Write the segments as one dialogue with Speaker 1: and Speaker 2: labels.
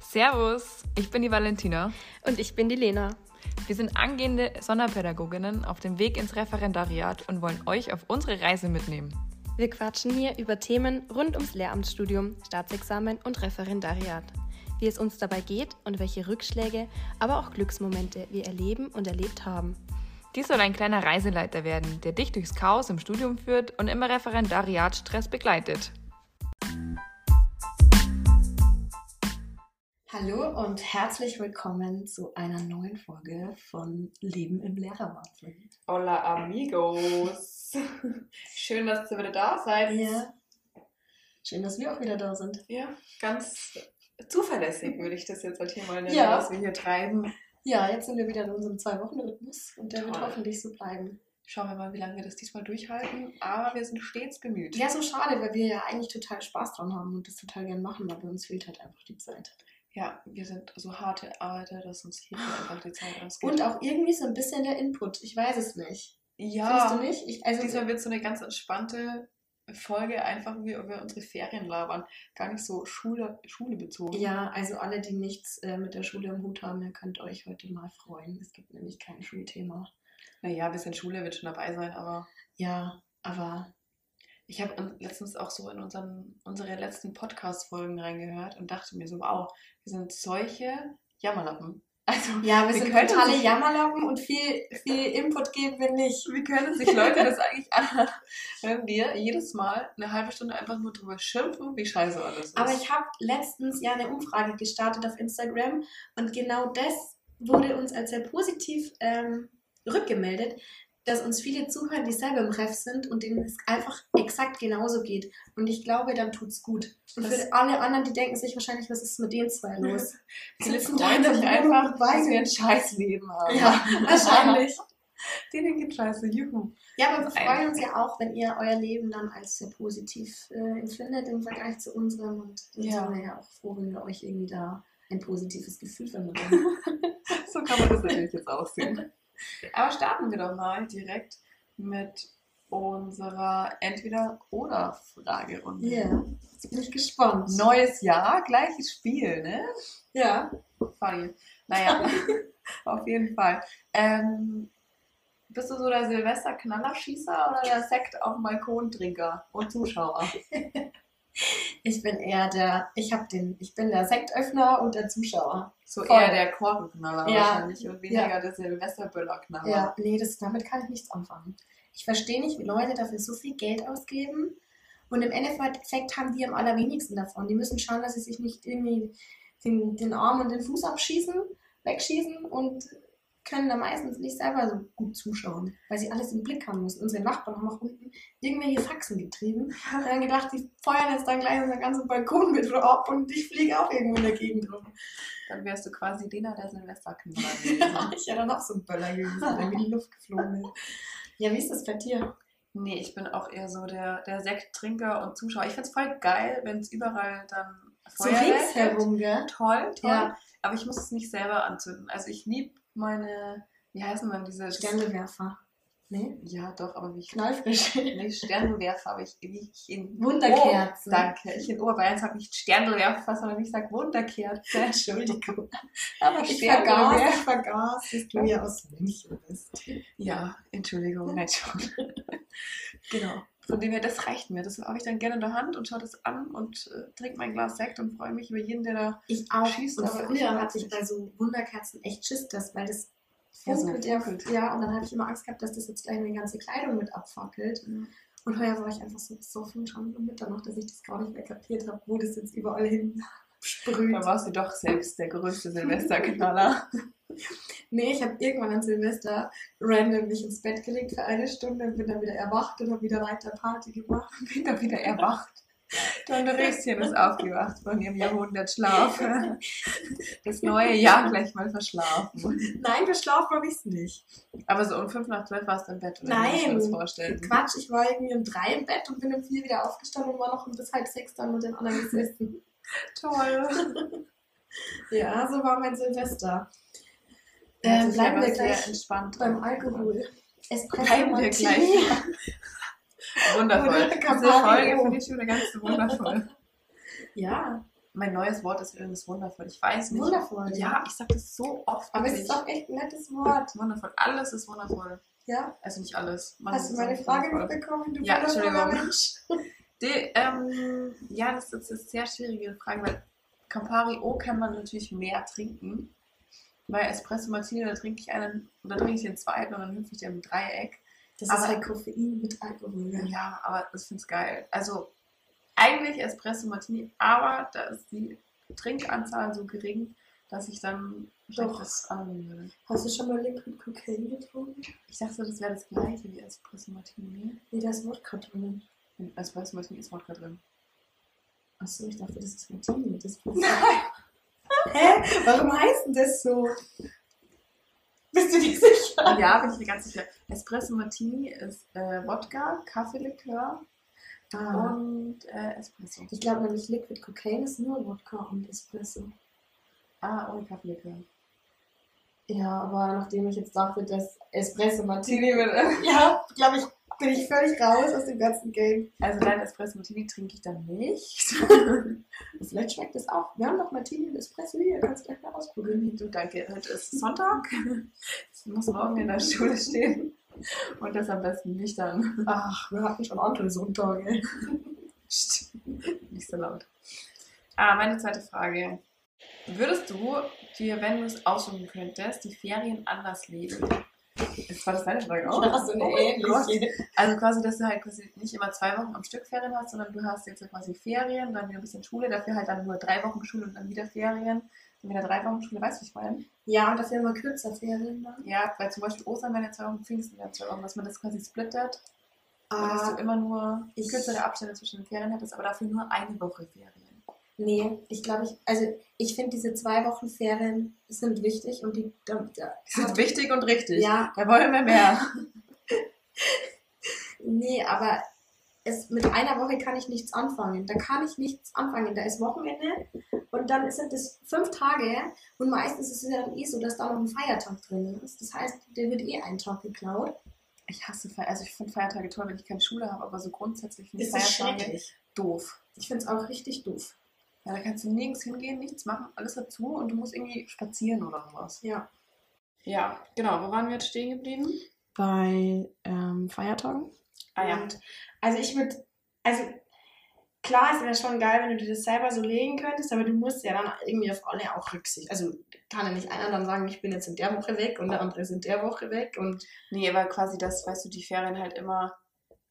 Speaker 1: Servus, ich bin die Valentina.
Speaker 2: Und ich bin die Lena.
Speaker 1: Wir sind angehende Sonderpädagoginnen auf dem Weg ins Referendariat und wollen euch auf unsere Reise mitnehmen.
Speaker 2: Wir quatschen hier über Themen rund ums Lehramtsstudium, Staatsexamen und Referendariat. Wie es uns dabei geht und welche Rückschläge, aber auch Glücksmomente wir erleben und erlebt haben.
Speaker 1: Dies soll ein kleiner Reiseleiter werden, der dich durchs Chaos im Studium führt und im Referendariatstress begleitet.
Speaker 3: Hallo und herzlich willkommen zu einer neuen Folge von Leben im Lehrerwahnsinn.
Speaker 1: Hola amigos. Schön, dass ihr wieder da seid.
Speaker 3: Ja. Schön, dass wir auch wieder da sind.
Speaker 1: Ja, ganz zuverlässig würde ich das jetzt als Thema nennen,
Speaker 3: Ja.
Speaker 1: was wir hier treiben.
Speaker 3: Ja, jetzt sind wir wieder in unserem Zwei-Wochen-Rhythmus und der wird
Speaker 1: Toll.
Speaker 3: hoffentlich so bleiben.
Speaker 1: Schauen wir mal, wie lange wir das diesmal durchhalten, aber wir sind stets bemüht.
Speaker 3: Wäre so schade, weil wir ja eigentlich total Spaß dran haben und das total gern machen, aber uns fehlt halt einfach die Zeit.
Speaker 1: Ja, wir sind so harte Arbeiter, dass uns hier einfach die Zeit ausgeht.
Speaker 3: Und auch irgendwie so ein bisschen der Input. Ich weiß es nicht.
Speaker 1: ja,
Speaker 3: Findest du nicht? Ich, also,
Speaker 1: diesmal wird so eine ganz entspannte Folge, einfach wie wir über unsere Ferien labern. Gar nicht so Schule, Schule bezogen.
Speaker 3: ja, also alle, die nichts äh, mit der Schule im Hut haben, ihr könnt euch heute mal freuen. Es gibt nämlich kein Schulthema.
Speaker 1: Naja, ein bisschen Schule wird schon dabei sein, aber
Speaker 3: Ja, aber
Speaker 1: ich habe letztens auch so in unseren, unsere letzten Podcast-Folgen reingehört und dachte mir so, wow, wir sind solche Jammerlappen. Also,
Speaker 3: Ja, wir,
Speaker 1: Wir
Speaker 3: sind
Speaker 1: könnten
Speaker 3: totale
Speaker 1: sich-
Speaker 3: Jammerlappen und viel, viel Input geben wir nicht.
Speaker 1: wie können sich Leute das eigentlich anhören, wenn wir jedes Mal eine halbe Stunde einfach nur drüber schimpfen, wie scheiße alles ist?
Speaker 3: Aber ich habe letztens ja eine Umfrage gestartet auf Instagram und genau das wurde uns als sehr positiv ähm, rückgemeldet, dass uns viele zuhören, die selber im Ref sind und denen es einfach exakt genauso geht. Und ich glaube, dann tut's gut. Und
Speaker 1: Das-
Speaker 3: für alle anderen, die denken sich wahrscheinlich, was ist mit den zwei los?
Speaker 1: Viele
Speaker 3: sitzen
Speaker 1: freuen
Speaker 3: da in
Speaker 1: sich
Speaker 3: der Wohnung
Speaker 1: einfach,
Speaker 3: und
Speaker 1: dass
Speaker 3: weinen.
Speaker 1: wir ein Scheißleben haben.
Speaker 3: Ja, wahrscheinlich.
Speaker 1: Denen geht scheiße, juhu.
Speaker 3: Ja, aber wir
Speaker 1: Nein.
Speaker 3: freuen uns ja auch, wenn ihr euer Leben dann als sehr positiv äh, empfindet im Vergleich zu unserem. Und dann
Speaker 1: Ja.
Speaker 3: sind wir ja auch froh, wenn wir euch irgendwie da ein positives Gefühl vermitteln.
Speaker 1: So kann man das natürlich jetzt auch sehen. Aber starten wir doch mal direkt mit unserer Entweder-Oder-Fragerunde.
Speaker 3: Ja, jetzt bin ich gespannt.
Speaker 1: Neues Jahr, gleiches Spiel, ne?
Speaker 3: Ja.
Speaker 1: Funny. Naja, auf jeden Fall. Ähm, bist du so der Silvester-Knallerschießer oder der Sekt auf dem Balkon-Trinker und Zuschauer?
Speaker 3: Ich bin eher der, ich hab den, ich bin der Sektöffner und der Zuschauer.
Speaker 1: So
Speaker 3: Voll.
Speaker 1: eher der Korkenknaller
Speaker 3: Ja.
Speaker 1: wahrscheinlich und weniger
Speaker 3: Ja.
Speaker 1: der Silvesterböllerknaller.
Speaker 3: Ja, nee, das, damit kann ich nichts anfangen. Ich verstehe nicht, wie Leute dafür so viel Geld ausgeben. Und im Endeffekt haben die am allerwenigsten davon. Die müssen schauen, dass sie sich nicht irgendwie den, den Arm und den Fuß abschießen, wegschießen und können da meistens nicht selber so gut zuschauen, weil sie alles im Blick haben müssen. Unsere Nachbarn haben auch unten irgendwelche Faxen getrieben. Und dann gedacht, die feuern jetzt dann gleich unseren ganzen Balkon mit ab und ich fliege auch irgendwo in der Gegend rum.
Speaker 1: Dann wärst du quasi Lena der Silvesterknaller
Speaker 3: Ja,
Speaker 1: gewesen.
Speaker 3: ich wäre dann auch so ein Böller gewesen, der in die Luft geflogen ist. Ja, wie ist das bei dir?
Speaker 1: Nee, ich bin auch eher so der, der Sekttrinker und Zuschauer. Ich find's voll geil, wenn's überall dann
Speaker 3: So
Speaker 1: Feuerwerk gibt.
Speaker 3: ringsherum, gell?
Speaker 1: Toll, toll.
Speaker 3: Ja.
Speaker 1: Aber ich muss es nicht selber anzünden. Also ich lieb meine, wie heißen denn diese?
Speaker 3: Sternenwerfer. Nee?
Speaker 1: Ja, doch, aber wie ich
Speaker 3: Knallfrisch.
Speaker 1: nicht Sternenwerfer, aber ich, wie ich in
Speaker 3: Wunderkerzen.
Speaker 1: Oh, danke. Ich in Oberbayern sag nicht Sternenwerfer, sondern ich sag Wunderkerze.
Speaker 3: Entschuldigung.
Speaker 1: Aber ne?
Speaker 3: Ich
Speaker 1: Sternenwerfer-
Speaker 3: vergaß, ich vergaß, dass du ja aus München bist.
Speaker 1: Ja, Entschuldigung, nein, schon. genau. Von dem her, das reicht mir. Das habe ich dann gerne in der Hand und schaue das an und äh, trinke mein Glas Sekt und freue mich über jeden, der da.
Speaker 3: Ich auch.
Speaker 1: Schießt
Speaker 3: und
Speaker 1: aber
Speaker 3: früher
Speaker 1: nicht.
Speaker 3: hatte ich bei so Wunderkerzen echt Schiss, dass, weil das
Speaker 1: Ja, so
Speaker 3: funkelt ja.
Speaker 1: funkelt.
Speaker 3: Ja, und dann habe ich immer Angst gehabt, dass das jetzt gleich meine ganze Kleidung mit abfackelt. Und heuer war ich einfach so besoffen schon um Mitternacht, dass ich das gar nicht mehr kapiert habe, wo das jetzt überall hin sprüht.
Speaker 1: Da warst du doch selbst der größte Silvesterknaller.
Speaker 3: Nee, ich habe irgendwann an Silvester random mich ins Bett gelegt für eine Stunde und bin dann wieder erwacht und habe wieder weiter Party gemacht.
Speaker 1: Bin da wieder erwacht. Donna Röschen ist aufgewacht von ihrem Jahrhundertschlaf. Das neue Jahr gleich mal verschlafen.
Speaker 3: Nein, geschlafen habe ich es nicht.
Speaker 1: Aber so um fünf nach zwölf warst du im Bett, oder?
Speaker 3: Nein.
Speaker 1: Wie muss ich mir das vorstellen?
Speaker 3: Quatsch, ich war irgendwie um drei im Bett und bin um vier wieder aufgestanden und war noch um bis halb sechs dann mit den anderen gesessen.
Speaker 1: Toll.
Speaker 3: ja, so war mein Silvester.
Speaker 1: Ähm,
Speaker 4: Äh, Also
Speaker 3: Ähm, bleiben wir
Speaker 1: sehr
Speaker 3: gleich
Speaker 1: entspannt.
Speaker 3: beim Alkohol. Espresso
Speaker 1: Bleiben wir
Speaker 3: Martini.
Speaker 1: gleich. Wundervoll.
Speaker 3: Oder
Speaker 1: Diese
Speaker 3: Campari.
Speaker 1: Folge finde ich schon wieder ganz wundervoll.
Speaker 3: Ja,
Speaker 4: mein neues Wort ist irgendwas wundervoll. Ich weiß nicht.
Speaker 3: Wundervoll.
Speaker 4: Ja, ich sag das so oft.
Speaker 3: Aber es
Speaker 4: wirklich.
Speaker 3: ist doch echt ein nettes Wort.
Speaker 4: wundervoll. Alles ist wundervoll.
Speaker 3: Ja?
Speaker 4: Also nicht alles. Man
Speaker 3: Hast du meine Frage mitbekommen? Du
Speaker 4: Ja,
Speaker 3: wundervoller
Speaker 4: Entschuldigung.
Speaker 3: Mensch.
Speaker 4: Die, ähm, ja, das ist eine sehr schwierige Frage, weil Campari O kann man natürlich mehr trinken. Bei Espresso Martini, da trinke ich einen, da trinke ich den zweiten und dann hüpfe ich den im Dreieck.
Speaker 3: Das
Speaker 4: Aber-
Speaker 3: ist halt Koffein mit Alkohol. Ja.
Speaker 4: Ja, aber ich finde es geil. Also eigentlich Espresso Martini, aber da ist die Trinkanzahl so gering, dass ich dann
Speaker 3: Doch.
Speaker 4: vielleicht das annehmen würde.
Speaker 3: Hast du schon mal Liquid Cocaine getrunken?
Speaker 4: Ich dachte, das wäre das gleiche wie Espresso Martini.
Speaker 3: Nee, da ist Wodka drin.
Speaker 4: In Espresso Martini ist Wodka drin.
Speaker 3: Achso, ich dachte, das ist Martini. Das ist Nein! Hä? Warum heißt denn das so? Bist du dir sicher?
Speaker 4: Ja, bin ich mir ganz sicher. Espresso Martini ist äh, Wodka, Kaffeelikör
Speaker 3: Ah.
Speaker 4: und äh, Espresso.
Speaker 3: Ich glaube nämlich, Liquid Cocaine ist nur Wodka und Espresso.
Speaker 4: Ah, ohne Kaffeelikör.
Speaker 3: Ja, aber nachdem ich jetzt dachte, dass Espresso Martini mit. Ja, glaube ich, bin ich völlig raus aus dem ganzen Game.
Speaker 4: Also dein Espresso Martini trinke ich dann nicht.
Speaker 3: Vielleicht schmeckt es auch. Wir haben doch Martini und Espresso hier. Kannst gleich mal ausprobieren.
Speaker 4: du, danke. Heute ist Sonntag. Ich muss morgen in der Schule stehen. Und das am besten nicht dann.
Speaker 3: Ach, wir hatten schon andere Sonntage.
Speaker 4: Psst. Nicht so laut. Ah, meine zweite Frage. Würdest du dir, wenn du es aussuchen könntest, die Ferien anders leben? Das war das deine Frage auch.
Speaker 3: Ach, so eine
Speaker 4: Oh mein Gott.
Speaker 3: ähnliche.
Speaker 4: Also quasi, dass du halt quasi nicht immer zwei Wochen am Stück Ferien hast, sondern du hast jetzt quasi Ferien, dann wieder ein bisschen Schule, dafür halt dann nur drei Wochen Schule und dann wieder Ferien, dann wieder drei Wochen Schule, weißt du, wie ich meine?
Speaker 3: Ja, und dafür immer kürzer Ferien machen.
Speaker 4: Ja, weil zum Beispiel Ostern wären ja zwei Wochen, Pfingsten wären zwei Wochen, dass man das quasi splittet, und dass
Speaker 3: Ah,
Speaker 4: du immer nur
Speaker 3: ich-
Speaker 4: kürzere Abstände zwischen den Ferien hättest, aber dafür nur eine Woche Ferien.
Speaker 3: nee, ich glaube, ich, also ich finde diese zwei Wochen Ferien sind wichtig und die. Da, da,
Speaker 4: Die sind wichtig und richtig.
Speaker 3: Ja,
Speaker 4: Da wollen wir mehr.
Speaker 3: nee, aber es, mit einer Woche kann ich nichts anfangen. Da kann ich nichts anfangen. Da ist Wochenende und dann sind es fünf Tage und meistens ist es ja dann eh so, dass da noch ein Feiertag drin ist. Das heißt, der wird eh einen Tag geklaut.
Speaker 4: Ich hasse Feiertage, also ich finde Feiertage toll, wenn ich keine Schule habe, aber so grundsätzlich finde ich
Speaker 3: Das ist
Speaker 4: Feiertage
Speaker 3: schrecklich.
Speaker 4: doof.
Speaker 3: Ich finde es auch richtig doof.
Speaker 4: Ja, da kannst du nirgends hingehen, nichts machen, alles dazu und du musst irgendwie spazieren oder was.
Speaker 3: Ja.
Speaker 4: Ja, genau. Wo waren wir jetzt stehen geblieben?
Speaker 3: Bei ähm, Feiertagen?
Speaker 4: Ah ja.
Speaker 3: Und also ich würde, also klar es wäre schon geil, wenn du dir das selber so legen könntest, aber du musst ja dann irgendwie auf alle auch Rücksicht. Also kann ja nicht einer dann sagen, ich bin jetzt in der Woche weg und der andere ist in der Woche weg und
Speaker 4: Nee, aber quasi das, weißt du, die Ferien halt immer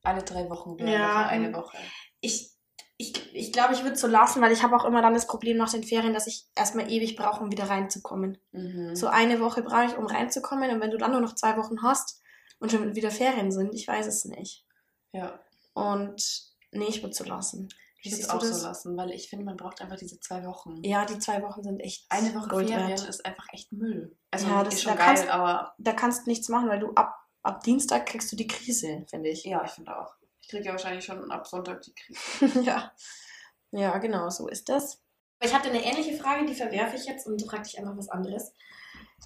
Speaker 4: alle drei Wochen werden,
Speaker 3: Ja,
Speaker 4: also eine
Speaker 3: ähm,
Speaker 4: Woche.
Speaker 3: ich ich, ich glaube, ich würde so lassen, weil ich habe auch immer dann das Problem nach den Ferien, dass ich erstmal ewig brauche, um wieder reinzukommen.
Speaker 4: Mhm.
Speaker 3: So eine Woche brauche ich, um reinzukommen und wenn du dann nur noch zwei Wochen hast und schon wieder Ferien sind, ich weiß es nicht.
Speaker 4: Ja,
Speaker 3: Und nee, ich würde so lassen. Wie
Speaker 4: ich würde
Speaker 3: siehst
Speaker 4: es
Speaker 3: du
Speaker 4: auch
Speaker 3: das?
Speaker 4: so lassen, weil ich finde, man braucht einfach diese zwei Wochen.
Speaker 3: Ja, die zwei Wochen sind echt
Speaker 4: Eine Woche
Speaker 3: Gold
Speaker 4: Ferien
Speaker 3: wert.
Speaker 4: ist einfach echt Müll. Also
Speaker 3: Ja, das-
Speaker 4: ist schon
Speaker 3: da kannst-
Speaker 4: geil, aber
Speaker 3: Da kannst du nichts machen, weil du ab, ab Dienstag kriegst du die Krise, finde ich.
Speaker 4: ja, ich finde auch. Ich kriege ja wahrscheinlich schon ab Sonntag die Krise.
Speaker 3: ja. Ja, genau, so ist das. Ich hatte eine ähnliche Frage, die verwerfe ich jetzt und frage dich einfach was anderes.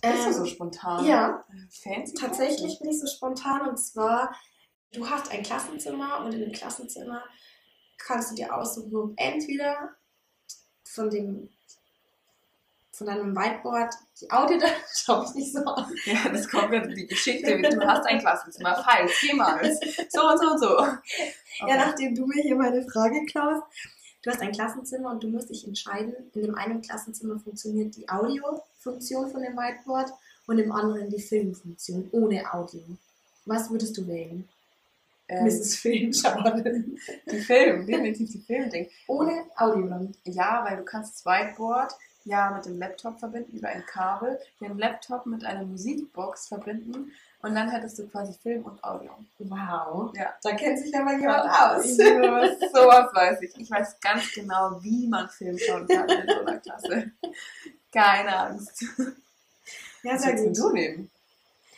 Speaker 4: Bist du
Speaker 3: Ähm,
Speaker 4: so spontan?
Speaker 3: ja.
Speaker 4: Fancy?
Speaker 3: Tatsächlich bin ich so spontan und zwar, du hast ein Klassenzimmer und in dem Klassenzimmer kannst du dir aussuchen, ob entweder von dem von deinem Whiteboard die Audio, schau mich nicht so an,
Speaker 4: Ja, das kommt gerade die Geschichte. Du hast ein Klassenzimmer. Falls, jemals. So und so und so.
Speaker 3: Ja, nachdem du mir hier meine Frage klaust. Du hast ein Klassenzimmer und du musst dich entscheiden, in dem einen Klassenzimmer funktioniert die Audio-Funktion von dem Whiteboard und im anderen die Filmfunktion ohne Audio. Was würdest du wählen?
Speaker 4: ähm,
Speaker 3: Filmschaden.
Speaker 4: die Film, definitiv die Film-Ding.
Speaker 3: Ohne Audio dann.
Speaker 4: Ja, weil du kannst das Whiteboard ja mit dem Laptop verbinden über ein Kabel, den Laptop mit einer Musikbox verbinden und dann hättest du quasi Film und Audio.
Speaker 3: Wow.
Speaker 4: Ja.
Speaker 3: Da kennt sich ja mal
Speaker 4: Ich- Sowas weiß ich. Ich weiß ganz genau, wie man Film schauen kann in so einer Klasse. Keine Angst.
Speaker 3: Ja, sehr
Speaker 4: denn
Speaker 3: gut.
Speaker 4: du nehmen?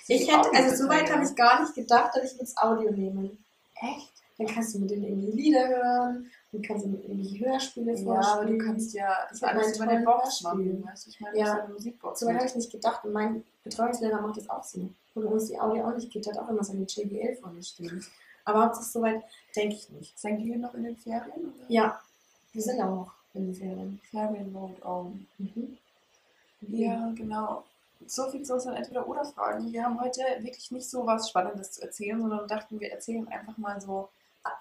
Speaker 3: Ich
Speaker 4: Die
Speaker 3: hätte,
Speaker 4: Audio
Speaker 3: also so weit
Speaker 4: betreiben.
Speaker 3: habe ich gar nicht gedacht, dass ich mit Audio nehmen.
Speaker 4: Echt?
Speaker 3: Dann kannst du mit denen irgendwie Lieder hören, dann kannst du mit irgendwie Hörspiele
Speaker 4: Ja, aber du
Speaker 3: vorspielen.
Speaker 4: kannst ja das
Speaker 3: Ich hab
Speaker 4: alles
Speaker 3: meinen
Speaker 4: über eine
Speaker 3: tollen
Speaker 4: Box
Speaker 3: Hörspiel.
Speaker 4: machen. Weißt du, ich meine,
Speaker 3: Ja.
Speaker 4: das ist eine Musikbox.
Speaker 3: So weit habe ich nicht gedacht und mein Betreuungslehrer macht das auch so. Und uns die Audi auch nicht geht, hat auch immer seine JBL vorne stehen. Aber hauptsächlich so weit denke ich nicht.
Speaker 4: Senken wir noch in den Ferien? Oder?
Speaker 3: Ja, wir sind auch in den Ferien.
Speaker 4: Ferienmode on.
Speaker 3: Mhm.
Speaker 4: Ja, genau. So viel zu unseren Entweder-Oder-Fragen. Wir haben heute wirklich nicht so was Spannendes zu erzählen, sondern dachten, wir erzählen einfach mal so.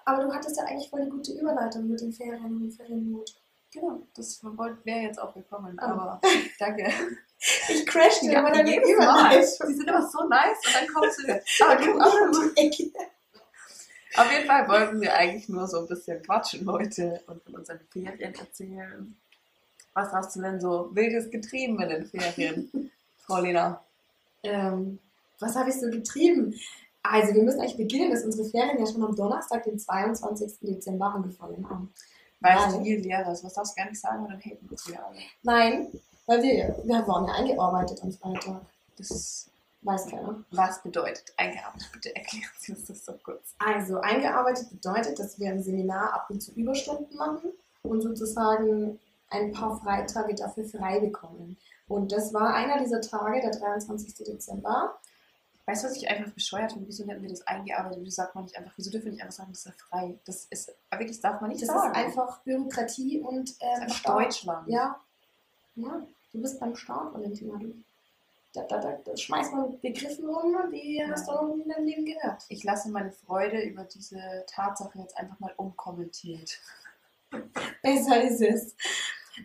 Speaker 3: Aber du hattest ja eigentlich voll eine gute Überleitung mit den Ferien und dem Ferienmut.
Speaker 4: Genau, das wäre jetzt auch gekommen,
Speaker 3: Ah.
Speaker 4: aber danke.
Speaker 3: Ich crashe
Speaker 4: Ja,
Speaker 3: immer deine
Speaker 4: jedes Mal. Die
Speaker 3: Überleitung.
Speaker 4: sind immer so nice und dann kommst du wieder.
Speaker 3: Da
Speaker 4: Ah, du
Speaker 3: kommt
Speaker 4: auch
Speaker 3: auch
Speaker 4: schon.
Speaker 3: um die Ecke.
Speaker 4: Auf jeden Fall wollten wir eigentlich nur so ein bisschen quatschen heute und von unseren Ferien erzählen. Was hast du denn so wildes getrieben in den Ferien, Frau Lena?
Speaker 3: Ähm, was habe ich so getrieben? Also, wir müssen eigentlich beginnen, dass unsere Ferien ja schon am Donnerstag, den 22. Dezember angefangen haben.
Speaker 4: Weißt du,
Speaker 3: Nein.
Speaker 4: ihr Lehrer, das darfst du gar nicht sagen, dann haten uns wieder alle.
Speaker 3: Nein, weil wir, wir waren ja eingearbeitet am Freitag.
Speaker 4: Das ist,
Speaker 3: Weiß keiner.
Speaker 4: was bedeutet eingearbeitet? Bitte erklären Sie uns das so kurz.
Speaker 3: Also, eingearbeitet bedeutet, dass wir im Seminar ab und zu Überstunden machen und sozusagen ein paar Freitage dafür frei bekommen. Und das war einer dieser Tage, der 23. Dezember.
Speaker 4: Weißt du, was ich einfach bescheuert finde? Wieso nennen wir das eingearbeitet? Wieso sagt man nicht einfach, wieso dürfen wir nicht einfach sagen, das ist ja frei? Das ist, aber wirklich, das darf man nicht
Speaker 3: Das ist
Speaker 4: sagen.
Speaker 3: einfach Bürokratie und
Speaker 4: das ist
Speaker 3: ähm,
Speaker 4: einfach
Speaker 3: Staat.
Speaker 4: Deutschland.
Speaker 3: Ja. ja, du bist beim Start bei dem Thema. Du, da, da, da, da schmeißt man Begriffen rum, die hast du noch nie in deinem Leben gehört.
Speaker 4: Ich lasse meine Freude über diese Tatsache jetzt einfach mal unkommentiert.
Speaker 3: Besser ist es.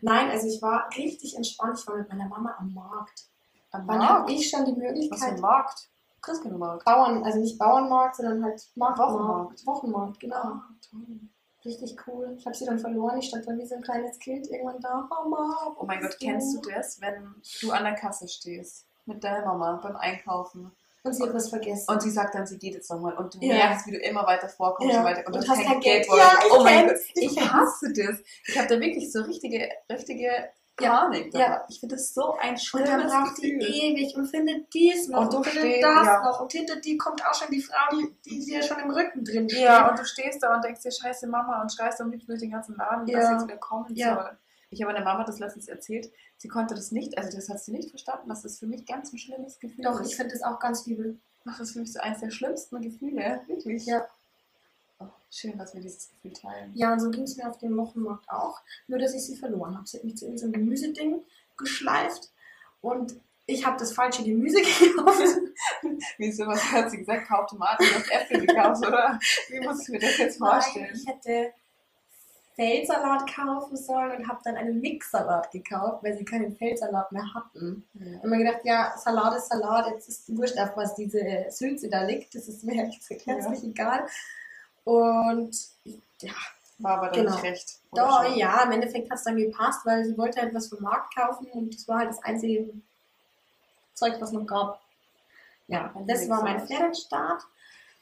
Speaker 3: Nein, also ich war richtig entspannt. Ich war mit meiner Mama am Markt.
Speaker 4: Am
Speaker 3: Wann
Speaker 4: Markt?
Speaker 3: habe ich schon die
Speaker 4: Was für ein
Speaker 3: Möglichkeit,
Speaker 4: Markt? Christkindlmarkt.
Speaker 3: Bauern, also nicht Bauernmarkt, sondern halt Marktmarkt,
Speaker 4: Wochenmarkt.
Speaker 3: Wochenmarkt, genau.
Speaker 4: Ah, toll.
Speaker 3: Richtig cool. Ich habe sie dann verloren. Ich stand dann wie so ein kleines Kind irgendwann da. Mama.
Speaker 4: Oh mein Gott, kennst du das, wenn du an der Kasse stehst mit deiner Mama beim Einkaufen
Speaker 3: Und sie hat was vergessen.
Speaker 4: und sie sagt dann, sie geht jetzt nochmal und du
Speaker 3: Ja.
Speaker 4: merkst, wie du immer weiter vorkommst
Speaker 3: Ja.
Speaker 4: und weiter und,
Speaker 3: Und
Speaker 4: du
Speaker 3: hast kein Geld.
Speaker 4: Geldbeutel.
Speaker 3: Ja, ich
Speaker 4: oh mein Gott,
Speaker 3: kenn's.
Speaker 4: ich hasse das. Ich habe da wirklich so richtige, richtige
Speaker 3: Ja.
Speaker 4: Panik.
Speaker 3: Ja.
Speaker 4: dabei. Ich finde das so ein
Speaker 3: Und dann
Speaker 4: schlimmes
Speaker 3: braucht die
Speaker 4: Gefühl.
Speaker 3: ewig und findet dies noch
Speaker 4: Und
Speaker 3: und,
Speaker 4: du
Speaker 3: findet
Speaker 4: stehst-
Speaker 3: das
Speaker 4: ja.
Speaker 3: noch. Und hinter die kommt auch schon die Frau, die, die dir schon im Rücken drin steht.
Speaker 4: Ja, und du stehst da und denkst dir, scheiße Mama, und schreist am liebsten durch den ganzen Laden, was
Speaker 3: Ja.
Speaker 4: jetzt wieder kommen
Speaker 3: Ja.
Speaker 4: soll. Ich habe meiner Mama das letztens erzählt, sie konnte das nicht, also das hat sie nicht verstanden, das ist für mich ganz ein schlimmes Gefühl.
Speaker 3: Doch, ich finde das auch ganz übel.
Speaker 4: Ach, das ist für mich so eines der schlimmsten Gefühle, wirklich.
Speaker 3: Ja.
Speaker 4: Oh, schön, dass wir dieses Gefühl teilen.
Speaker 3: Ja, und so ging es mir auf dem Wochenmarkt auch. Nur, dass ich sie verloren habe. Sie hat mich zu irgendeinem Gemüseding geschleift und ich habe das falsche Gemüse gekauft.
Speaker 4: Wie ist sowas, hat sie gesagt, kauf Tomaten, du hast Äpfel gekauft, oder? Wie muss ich mir das jetzt
Speaker 3: Nein,
Speaker 4: vorstellen?
Speaker 3: ich hätte Feldsalat kaufen sollen und habe dann einen Mixsalat gekauft, weil sie keinen Feldsalat mehr hatten.
Speaker 4: Ja.
Speaker 3: Und mir gedacht, ja, Salat ist Salat, jetzt ist wurscht, auf was diese äh, Sülze da liegt, das ist mir ehrlich gesagt
Speaker 4: Ja.
Speaker 3: herzlich egal. Und ja,
Speaker 4: War aber dann
Speaker 3: Genau.
Speaker 4: nicht recht. oder
Speaker 3: da,
Speaker 4: schon?
Speaker 3: ja, im Endeffekt hat es dann gepasst, weil sie wollte halt was vom Markt kaufen und das war halt das einzige Zeug, was noch gab. Ja,
Speaker 4: Ein
Speaker 3: das war mein
Speaker 4: Mixsalat.
Speaker 3: Ferienstart.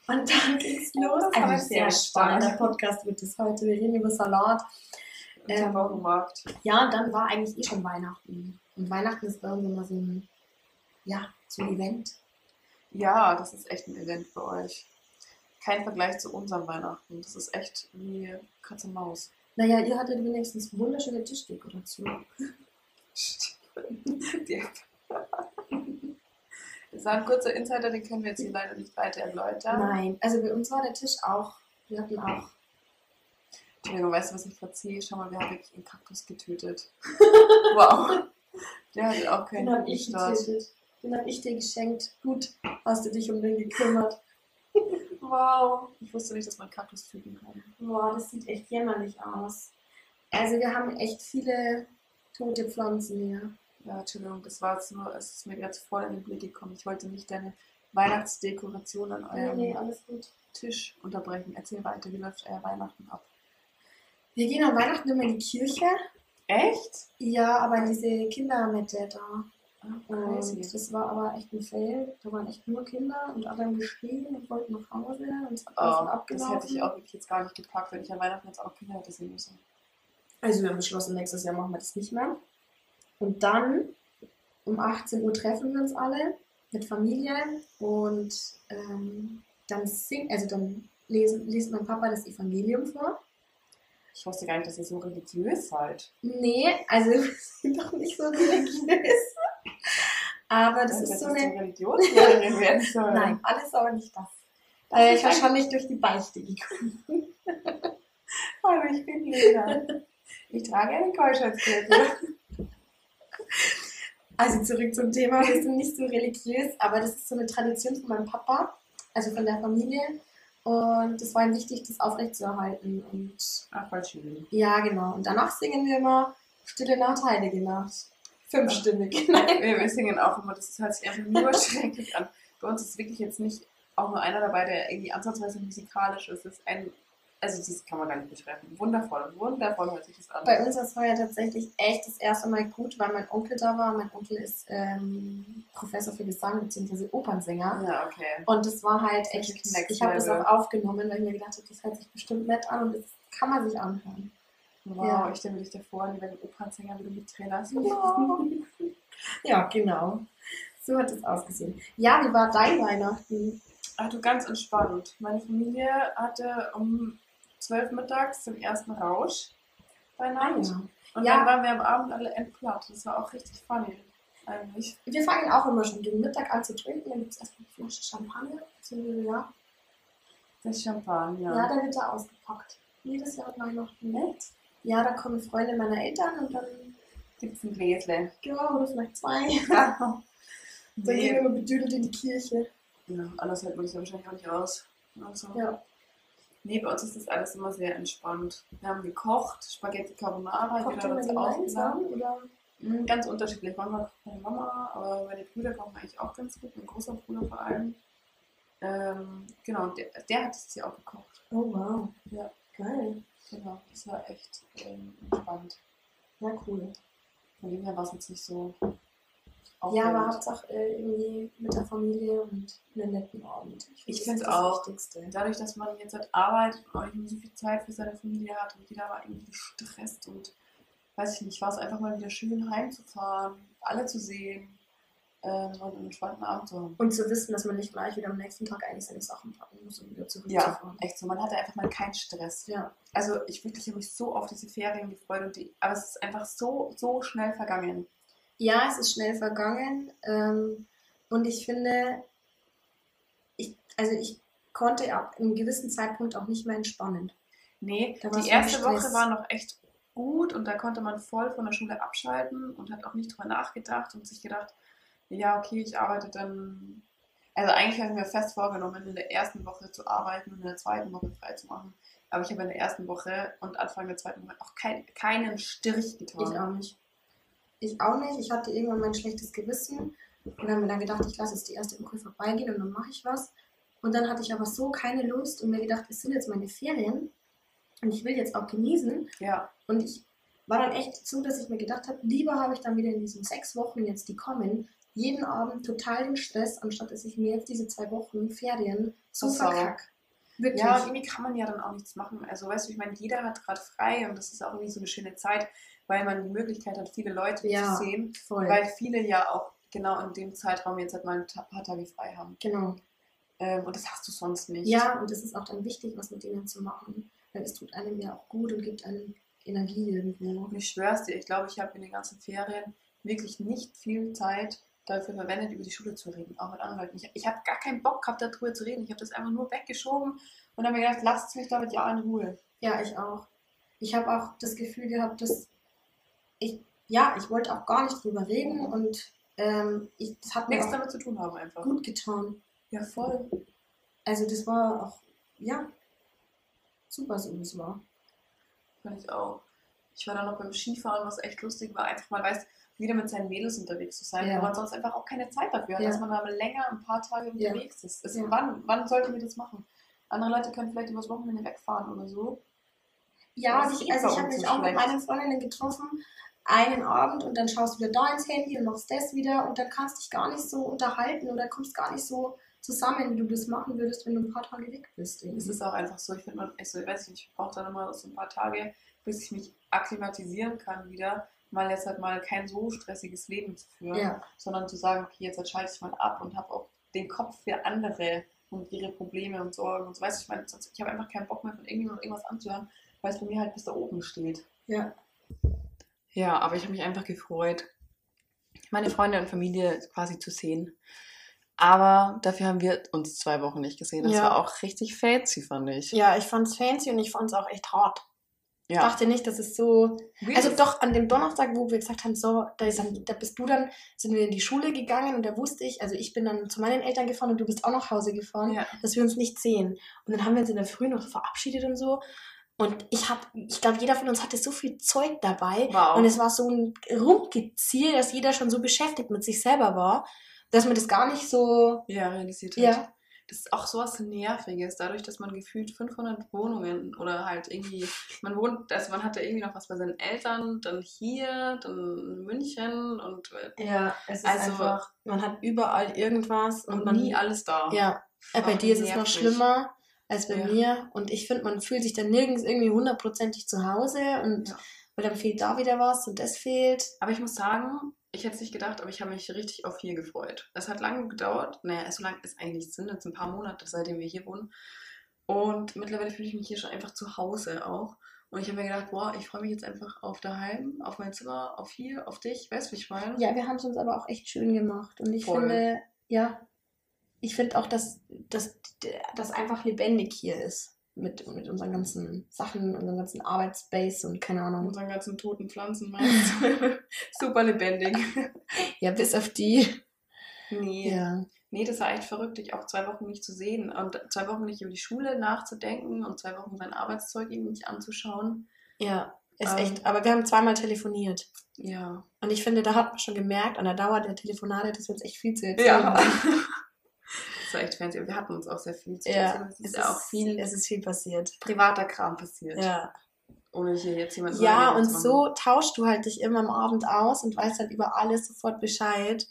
Speaker 3: Und dann ging's los.
Speaker 4: Das war ein
Speaker 3: Ein Also sehr
Speaker 4: Ferienstart.
Speaker 3: spannender Podcast wird es heute. Wir reden über Salat.
Speaker 4: Und Der
Speaker 3: ähm,
Speaker 4: Wochenmarkt.
Speaker 3: Ja, und dann war eigentlich eh schon Weihnachten. Und Weihnachten ist bei uns immer so ein, ja, so ein Event.
Speaker 4: Ja, das ist echt ein Event für euch. Kein Vergleich zu unserem Weihnachten. Das ist echt wie Katze und Maus.
Speaker 3: Naja, ihr hattet wenigstens wunderschöne Tischdekoration.
Speaker 4: Die- Das war ein kurzer Insider, den können wir jetzt hier leider nicht weiter erläutern.
Speaker 3: Nein, also bei uns war der Tisch auch, wir hatten auch.
Speaker 4: Entschuldigung, weißt du, was ich gerade sehe? Schau mal, wir haben wirklich einen Kaktus getötet. Wow. Der hatte auch keinen
Speaker 3: Den hab Genau, ich
Speaker 4: Start.
Speaker 3: getötet. Den hab ich dir geschenkt. Gut, hast du dich um den gekümmert.
Speaker 4: Wow. Ich wusste nicht, dass man Kaktus töten kann.
Speaker 3: Boah, das sieht echt jämmerlich aus. Also wir haben echt viele tote Pflanzen hier.
Speaker 4: Ja, Entschuldigung, das war jetzt nur, es ist mir gerade voll in den Blick gekommen. Ich wollte nicht deine Weihnachtsdekoration an
Speaker 3: Nee,
Speaker 4: eurem
Speaker 3: nee, alles gut.
Speaker 4: Tisch unterbrechen. Erzähl weiter, wie läuft euer Weihnachten ab?
Speaker 3: Wir gehen an Weihnachten immer in die Kirche.
Speaker 4: Echt?
Speaker 3: Ja, aber in diese Kindermette da. Und
Speaker 4: Ah, Crazy.
Speaker 3: das war aber echt ein Fail. Da waren echt nur Kinder und alle haben geschrien und wollten nach Hause und es hat
Speaker 4: Oh,
Speaker 3: alles
Speaker 4: das
Speaker 3: abgelaufen.
Speaker 4: hätte ich auch wirklich jetzt gar nicht gepackt, wenn ich an Weihnachten jetzt auch Kinder hätte sehen müssen.
Speaker 3: Also wir haben beschlossen, nächstes Jahr machen wir das nicht mehr. Und dann um 18 Uhr treffen wir uns alle mit Familie und ähm, dann singt, also dann lesen, liest mein Papa das Evangelium vor.
Speaker 4: Ich wusste gar nicht, dass ihr so religiös seid.
Speaker 3: Nee, also wir sind doch nicht so religiös. Aber das
Speaker 4: Danke,
Speaker 3: ist so
Speaker 4: dass du
Speaker 3: eine.
Speaker 4: Religionslehrerin werden soll.
Speaker 3: Nein, alles aber nicht das.
Speaker 4: Das
Speaker 3: äh,
Speaker 4: ist
Speaker 3: ich war
Speaker 4: ein-
Speaker 3: schon nicht durch die Beichte gekommen.
Speaker 4: Hallo, ich bin Lena. Ich trage eine Keuschheitsbrille.
Speaker 3: Also zurück zum Thema, wir sind nicht so religiös, aber das ist so eine Tradition von meinem Papa, also von der Familie. Und es war ihm wichtig, das aufrechtzuerhalten. Und
Speaker 4: Ach, Ah, voll schön.
Speaker 3: ja, genau. Und danach singen wir immer Stille Nacht, Heilige Nacht. Fünfstimmig.
Speaker 4: Wir, wir singen auch immer, das hört sich einfach nur schrecklich an. Bei uns ist wirklich jetzt nicht auch nur einer dabei, der irgendwie ansatzweise musikalisch ist. Es ist ein, also das kann man gar nicht beschreiben. Wundervoll, wundervoll hört sich das an.
Speaker 3: Bei uns war es heuer tatsächlich echt das erste Mal gut, weil mein Onkel da war. Mein Onkel ist ähm, Professor für Gesang bzw. Opernsänger.
Speaker 4: ja, okay.
Speaker 3: Und das war halt
Speaker 4: Das
Speaker 3: echt,
Speaker 4: ist next
Speaker 3: ich habe das
Speaker 4: level.
Speaker 3: auch aufgenommen, weil ich mir gedacht habe, das hört sich bestimmt nett an und das kann man sich anhören.
Speaker 4: Wow,
Speaker 3: Ja.
Speaker 4: ich stelle mir dich davor, wie bei den Opernsänger, wie du mit Trainers.
Speaker 3: ja, genau. So hat es ausgesehen. Ja, wie war dein Weihnachten?
Speaker 4: Ach Ah, du, ganz entspannt. Meine Familie hatte um 12 mittags den ersten Rausch bei Nacht. Und
Speaker 3: Ah, Ja.
Speaker 4: dann waren wir am Abend alle endplatt. Das war auch richtig funny. Eigentlich.
Speaker 3: Wir fangen auch immer schon gegen Mittag an zu trinken, dann gibt es erstmal eine Flasche Champagner. So, ja.
Speaker 4: Das Champagner.
Speaker 3: Ja. dann wird er ausgepackt. Jedes Jahr an Weihnachten nett. Ja, da kommen Freunde meiner Eltern und dann,
Speaker 4: Gibt's ein Gläsle.
Speaker 3: ja, oder vielleicht zwei. Dann gehen wir
Speaker 4: nee.
Speaker 3: immer bedüdelt in die Kirche.
Speaker 4: ja, anders hält man sich ja wahrscheinlich auch nicht aus. Also.
Speaker 3: Ja.
Speaker 4: Nee, bei uns ist das alles immer sehr entspannt. Wir haben gekocht, Spaghetti Carbonara,
Speaker 3: Kocht
Speaker 4: jeder
Speaker 3: ihr
Speaker 4: hat
Speaker 3: mal
Speaker 4: was
Speaker 3: gemeinsam?
Speaker 4: ausgeladen.
Speaker 3: Oder?
Speaker 4: Mm, Ganz unterschiedlich. Manchmal kocht meine Mama, aber meine Brüder kochen eigentlich auch ganz gut. Mein großer Bruder vor allem. Ähm, genau, der, der hat es ja auch gekocht.
Speaker 3: Oh, wow.
Speaker 4: Ja.
Speaker 3: Geil.
Speaker 4: Genau, das war echt ähm, entspannt.
Speaker 3: Ja, cool.
Speaker 4: Von dem her war es jetzt nicht so
Speaker 3: Ja, aber
Speaker 4: aufregend.
Speaker 3: Hauptsache äh, irgendwie mit der Familie und einem netten Abend.
Speaker 4: Ich
Speaker 3: das
Speaker 4: find's
Speaker 3: ist
Speaker 4: auch.
Speaker 3: Das Wichtigste.
Speaker 4: dadurch, dass man jetzt halt arbeitet und auch nicht mehr so viel Zeit für seine Familie hat und jeder war irgendwie gestresst und weiß ich nicht, war es einfach mal wieder schön heimzufahren, alle zu sehen ähm, und einen entspannten Abend zu haben.
Speaker 3: Und zu wissen, dass man nicht gleich wieder am nächsten Tag eigentlich seine Sachen packen muss, um wieder
Speaker 4: Ja,
Speaker 3: zurückzufahren.
Speaker 4: echt so. Man hatte einfach mal keinen Stress.
Speaker 3: Ja.
Speaker 4: Also ich wirklich habe mich so auf diese Ferien gefreut und die, aber es ist einfach so, so schnell vergangen.
Speaker 3: ja, es ist schnell vergangen. Ähm, und ich finde, ich, also ich konnte ab einem gewissen Zeitpunkt auch nicht mehr entspannen.
Speaker 4: Nee,
Speaker 3: Da war's
Speaker 4: die erste
Speaker 3: nur Stress.
Speaker 4: Woche war noch echt gut und da konnte man voll von der Schule abschalten und hat auch nicht drüber nachgedacht und sich gedacht, ja, okay, ich arbeite dann. Also eigentlich habe ich mir fest vorgenommen, in der ersten Woche zu arbeiten und in der zweiten Woche frei zu machen. Aber ich habe in der ersten Woche und Anfang der zweiten Woche auch kein, keinen Strich
Speaker 3: Ich
Speaker 4: getan.
Speaker 3: auch nicht. Ich auch nicht. Ich hatte irgendwann mein schlechtes Gewissen und habe mir dann gedacht, ich lasse jetzt die erste Woche vorbeigehen und dann mache ich was. Und dann hatte ich aber so keine Lust und mir gedacht, es sind jetzt meine Ferien und ich will jetzt auch genießen.
Speaker 4: Ja,
Speaker 3: Und ich war dann echt so, dass ich mir gedacht habe, lieber habe ich dann wieder in diesen sechs Wochen jetzt, die kommen, jeden Abend total den Stress, anstatt dass ich mir jetzt diese zwei Wochen Ferien so
Speaker 4: Das war-
Speaker 3: verkack. Wirklich.
Speaker 4: Ja, und irgendwie kann man ja dann auch nichts machen. Also, weißt du, ich meine, jeder hat gerade frei und das ist auch irgendwie so eine schöne Zeit, weil man die Möglichkeit hat, viele Leute
Speaker 3: Ja.
Speaker 4: zu sehen,
Speaker 3: voll.
Speaker 4: weil viele ja auch genau in dem Zeitraum jetzt halt mal ein ta- paar Tage frei haben.
Speaker 3: genau.
Speaker 4: Ähm, und das hast du sonst nicht.
Speaker 3: Ja, und es ist auch dann wichtig, was mit denen zu machen, weil es tut einem ja auch gut und gibt einem Energie irgendwo.
Speaker 4: Und ich schwör's dir, ich glaube, ich habe in den ganzen Ferien wirklich nicht viel Zeit dafür verwendet, über die Schule zu reden, auch mit anderen Leuten. Ich, ich habe gar keinen Bock gehabt, darüber zu reden. Ich habe das einfach nur weggeschoben und habe mir gedacht, lasst mich damit ja in Ruhe.
Speaker 3: Ja, ich auch. Ich habe auch das Gefühl gehabt, dass ich, ja, ich wollte auch gar nicht drüber reden und ähm, ich, das hat mir
Speaker 4: Nichts
Speaker 3: auch
Speaker 4: damit zu tun haben einfach.
Speaker 3: gut getan.
Speaker 4: Ja, voll.
Speaker 3: Also das war auch, ja, super so wie es war.
Speaker 4: Fand ich auch. Ich war dann noch beim Skifahren, was echt lustig war, einfach mal, weißt wieder mit seinen Mädels unterwegs zu sein,
Speaker 3: Ja.
Speaker 4: wo man sonst einfach auch keine Zeit dafür hat,
Speaker 3: Ja.
Speaker 4: dass man da mal länger ein paar Tage unterwegs ist. Also
Speaker 3: Ja.
Speaker 4: wann, wann sollten wir das machen? Andere Leute können vielleicht übers Wochenende wegfahren oder so.
Speaker 3: Ja, und
Speaker 4: Das
Speaker 3: ich,
Speaker 4: geht
Speaker 3: also
Speaker 4: bei
Speaker 3: ich habe
Speaker 4: uns
Speaker 3: mich
Speaker 4: so
Speaker 3: auch mit
Speaker 4: schlecht.
Speaker 3: meinen Freundinnen getroffen, einen Abend und dann schaust du wieder da ins Handy und machst das wieder und dann kannst dich gar nicht so unterhalten oder kommst gar nicht so zusammen, wie du das machen würdest, wenn du ein paar Tage weg bist.
Speaker 4: Es ist auch einfach so, ich finde man, also, ich weiß nicht, ich brauche dann immer so ein paar Tage, bis ich mich akklimatisieren kann wieder, mal jetzt halt mal kein so stressiges Leben zu führen,
Speaker 3: ja,
Speaker 4: sondern zu sagen, okay, jetzt halt schalte ich mal ab und habe auch den Kopf für andere und ihre Probleme und Sorgen und so. Weißt du, ich meine, sonst, ich habe einfach keinen Bock mehr von irgendjemandem irgendwas anzuhören, weil es bei mir halt bis da oben steht.
Speaker 3: ja,
Speaker 4: Ja, aber ich habe mich einfach gefreut, meine Freunde und Familie quasi zu sehen. Aber dafür haben wir uns zwei Wochen nicht gesehen.
Speaker 3: Das Ja. war
Speaker 4: auch richtig fancy, fand ich.
Speaker 3: ja, ich fand's fancy und ich fand's auch echt hart. Ich
Speaker 4: Ja.
Speaker 3: dachte nicht, dass es so.
Speaker 4: Weird
Speaker 3: Also
Speaker 4: ist-
Speaker 3: doch an dem Donnerstag, wo wir gesagt haben, so, da, ist, dann- da bist du dann, sind wir in die Schule gegangen und da wusste ich, also ich bin dann zu meinen Eltern gefahren und du bist auch nach Hause gefahren,
Speaker 4: Ja.
Speaker 3: dass wir uns nicht sehen. Und dann haben wir uns in der Früh noch verabschiedet und so. Und ich habe, ich glaube, jeder von uns hatte so viel Zeug dabei.
Speaker 4: Wow.
Speaker 3: Und es war so ein Rumgeziel, dass jeder schon so beschäftigt mit sich selber war, dass man das gar nicht so.
Speaker 4: ja, realisiert hat.
Speaker 3: Ja,
Speaker 4: Das ist auch sowas Nerviges, dadurch, dass man gefühlt 500 Wohnungen oder halt irgendwie, man wohnt, also man hat ja irgendwie noch was bei seinen Eltern, dann hier, dann in München und, äh,
Speaker 3: ja, es ist
Speaker 4: Also-
Speaker 3: einfach. Man hat überall irgendwas und,
Speaker 4: und
Speaker 3: man
Speaker 4: nie alles da.
Speaker 3: Ja, Äh, bei
Speaker 4: Fucking
Speaker 3: dir ist es noch
Speaker 4: nervig.
Speaker 3: schlimmer als bei
Speaker 4: Ja.
Speaker 3: mir. Und ich finde, man fühlt sich dann nirgends irgendwie hundertprozentig zu Hause und
Speaker 4: Ja.
Speaker 3: weil dann fehlt da wieder was und das fehlt.
Speaker 4: Aber ich muss sagen, ich hätte es nicht gedacht, aber ich habe mich richtig auf hier gefreut. Es hat lange gedauert. Naja, so lange ist eigentlich nichts, sind jetzt ein paar Monate, seitdem wir hier wohnen. Und mittlerweile fühle ich mich hier schon einfach zu Hause auch. Und ich habe mir gedacht, boah, ich freue mich jetzt einfach auf daheim, auf mein Zimmer, auf hier, auf dich, weißt du, wie ich meine?
Speaker 3: Ja, wir haben es uns aber auch echt schön gemacht. Und ich
Speaker 4: Voll.
Speaker 3: finde, ja, ich finde auch, dass das dass einfach lebendig hier ist. Mit, mit unseren ganzen Sachen, unserem ganzen Arbeitsspace und keine Ahnung.
Speaker 4: unseren ganzen toten Pflanzen meinst du? Super lebendig.
Speaker 3: Ja, bis auf die.
Speaker 4: Nee.
Speaker 3: Ja.
Speaker 4: nee, das war echt verrückt, dich auch zwei Wochen nicht zu sehen und zwei Wochen nicht über die Schule nachzudenken und zwei Wochen sein Arbeitszeug eben nicht anzuschauen.
Speaker 3: Ja, ist
Speaker 4: Ähm.
Speaker 3: echt. Aber wir haben zweimal telefoniert.
Speaker 4: Ja.
Speaker 3: Und ich finde, da hat man schon gemerkt, an der Dauer der Telefonate, dass wir uns echt viel zu erzählen haben.
Speaker 4: das war echt fancy. Und Wir hatten uns auch sehr viel zu erzählen.
Speaker 3: Ja,
Speaker 4: Es ist ja auch viel
Speaker 3: es ist viel passiert.
Speaker 4: privater Kram passiert.
Speaker 3: Ja,
Speaker 4: Ohne hier Also jetzt jemanden
Speaker 3: ja
Speaker 4: reinreden
Speaker 3: und
Speaker 4: zu machen.
Speaker 3: so tauschst du halt dich immer am Abend aus und weißt halt über alles sofort Bescheid.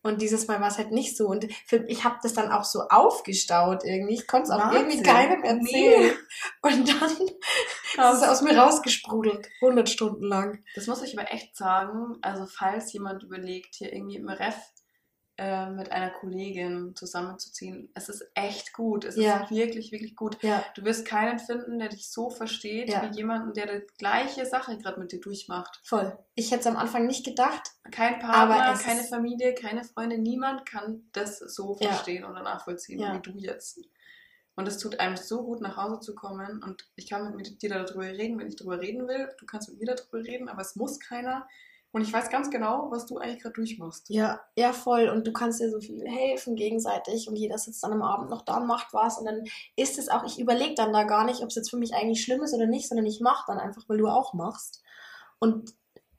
Speaker 3: Und dieses Mal war es halt nicht so. Und für, ich habe das dann auch so aufgestaut irgendwie. Ich konnte es auch
Speaker 4: Wahnsinn.
Speaker 3: irgendwie keinem erzählen. Und dann ist es
Speaker 4: Krass.
Speaker 3: aus mir rausgesprudelt. 100 Stunden lang.
Speaker 4: Das muss ich aber echt sagen. Also, falls jemand überlegt, hier irgendwie im Ref äh, mit einer Kollegin zusammenzuziehen, es ist echt gut. Es
Speaker 3: Ja.
Speaker 4: ist wirklich, wirklich gut.
Speaker 3: Ja,
Speaker 4: Du wirst keinen finden, der dich so versteht,
Speaker 3: Ja.
Speaker 4: wie jemanden, der die gleiche Sache gerade mit dir durchmacht.
Speaker 3: voll. Ich hätte es am Anfang nicht gedacht.
Speaker 4: Kein
Speaker 3: Aber
Speaker 4: Partner,
Speaker 3: es
Speaker 4: keine
Speaker 3: ist-
Speaker 4: Familie, keine Freunde, niemand kann das so
Speaker 3: Ja.
Speaker 4: verstehen oder nachvollziehen,
Speaker 3: Ja.
Speaker 4: wie du jetzt. Und es tut einem so gut, nach Hause zu kommen. Und ich kann mit dir darüber reden, wenn ich darüber reden will. Du kannst mit mir darüber reden, aber es muss keiner. Und ich weiß ganz genau, was du eigentlich gerade durchmachst.
Speaker 3: Ja, ja, voll. Und du kannst dir so viel helfen gegenseitig. Und jeder sitzt dann am Abend noch da und macht was. Und dann ist es auch, ich überlege dann da gar nicht, ob es jetzt für mich eigentlich schlimm ist oder nicht, sondern ich mache dann einfach, weil du auch machst. Und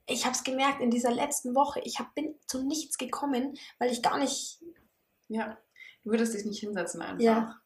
Speaker 3: ich habe es gemerkt in dieser letzten Woche. Ich hab, bin zu nichts gekommen, weil ich gar nicht.
Speaker 4: Ja. Du würdest dich nicht hinsetzen einfach.
Speaker 3: Ja.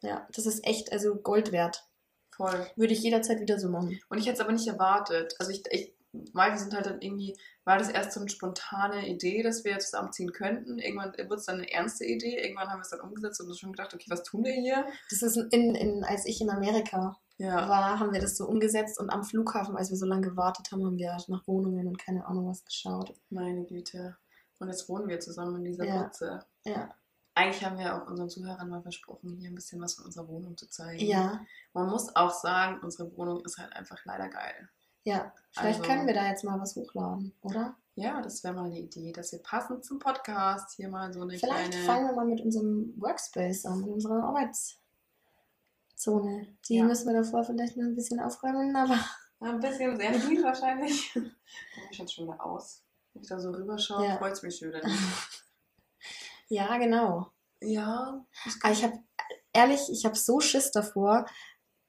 Speaker 3: Ja, das ist echt, also Gold wert.
Speaker 4: Voll.
Speaker 3: Würde ich jederzeit wieder so machen.
Speaker 4: Und ich hätte es aber nicht erwartet. Also ich, ich weil wir sind halt dann irgendwie, war das erst so eine spontane Idee, dass wir zusammenziehen könnten. Irgendwann wird es dann eine ernste Idee. Irgendwann haben wir es dann umgesetzt und uns schon gedacht, okay, was tun wir hier?
Speaker 3: Das ist in, in, als ich in Amerika
Speaker 4: Ja.
Speaker 3: war, haben wir das so umgesetzt. Und am Flughafen, als wir so lange gewartet haben, haben wir halt nach Wohnungen und keine Ahnung was geschaut.
Speaker 4: Meine Güte. Und jetzt wohnen wir zusammen in dieser
Speaker 3: Ja.
Speaker 4: Butze.
Speaker 3: Ja.
Speaker 4: Eigentlich haben wir auch unseren Zuhörern mal versprochen, hier ein bisschen was von unserer Wohnung zu zeigen.
Speaker 3: Ja.
Speaker 4: Man muss auch sagen, unsere Wohnung ist halt einfach leider geil.
Speaker 3: Ja, vielleicht
Speaker 4: Also-
Speaker 3: können wir da jetzt mal was hochladen, oder?
Speaker 4: Ja, das wäre mal eine Idee, dass wir passend zum Podcast hier mal so eine
Speaker 3: Vielleicht
Speaker 4: kleine...
Speaker 3: fangen wir mal mit unserem Workspace an, mit unserer Arbeitszone. Die
Speaker 4: Ja.
Speaker 3: müssen wir davor vielleicht noch ein bisschen aufräumen, aber
Speaker 4: Ein bisschen sehr viel wahrscheinlich. Mach ich jetzt schon wieder aus. Wenn ich da so rüberschaue,
Speaker 3: Ja.
Speaker 4: freut es mich schon wieder.
Speaker 3: ja, genau.
Speaker 4: ja,
Speaker 3: Aber ich habe, ehrlich, ich habe so Schiss davor,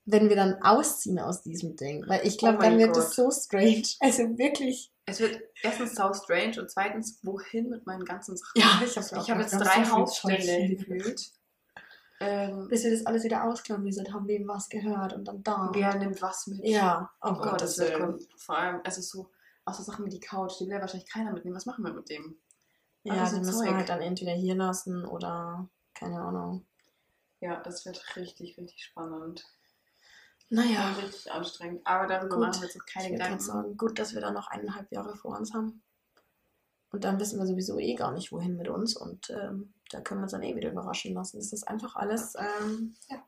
Speaker 3: wenn wir dann ausziehen aus diesem Ding, weil ich glaube,
Speaker 4: Oh mein
Speaker 3: dann wird
Speaker 4: Gott.
Speaker 3: es so strange. Also wirklich.
Speaker 4: es wird erstens sau strange und zweitens, wohin mit meinen ganzen Sachen?
Speaker 3: Ja, ich habe
Speaker 4: ich habe jetzt drei Hausstände gefühlt. Ähm,
Speaker 3: Bis wir das alles wieder ausklammern, haben wem was gehört und dann da.
Speaker 4: wer nimmt was mit?
Speaker 3: Ja, oh,
Speaker 4: Oh, das
Speaker 3: Gottes
Speaker 4: wird
Speaker 3: Willen.
Speaker 4: kommen. Vor allem, also so, auch so Sachen wie die Couch, die will ja wahrscheinlich keiner mitnehmen. Was machen wir mit dem?
Speaker 3: Ja,
Speaker 4: Also
Speaker 3: die müssen wir
Speaker 4: Zeug.
Speaker 3: halt dann entweder hier lassen oder keine Ahnung.
Speaker 4: Ja, das wird richtig, richtig spannend.
Speaker 3: Naja,
Speaker 4: Und richtig anstrengend. Aber darüber
Speaker 3: Gut.
Speaker 4: machen wir jetzt noch
Speaker 3: ich
Speaker 4: keine
Speaker 3: würde gerade
Speaker 4: Gedanken.
Speaker 3: sagen, gut, dass wir da noch eineinhalb Jahre vor uns haben. Und dann wissen wir sowieso eh gar nicht, wohin mit uns. Und ähm, da können wir uns dann eh wieder überraschen lassen. Es ist einfach alles, ähm, ja,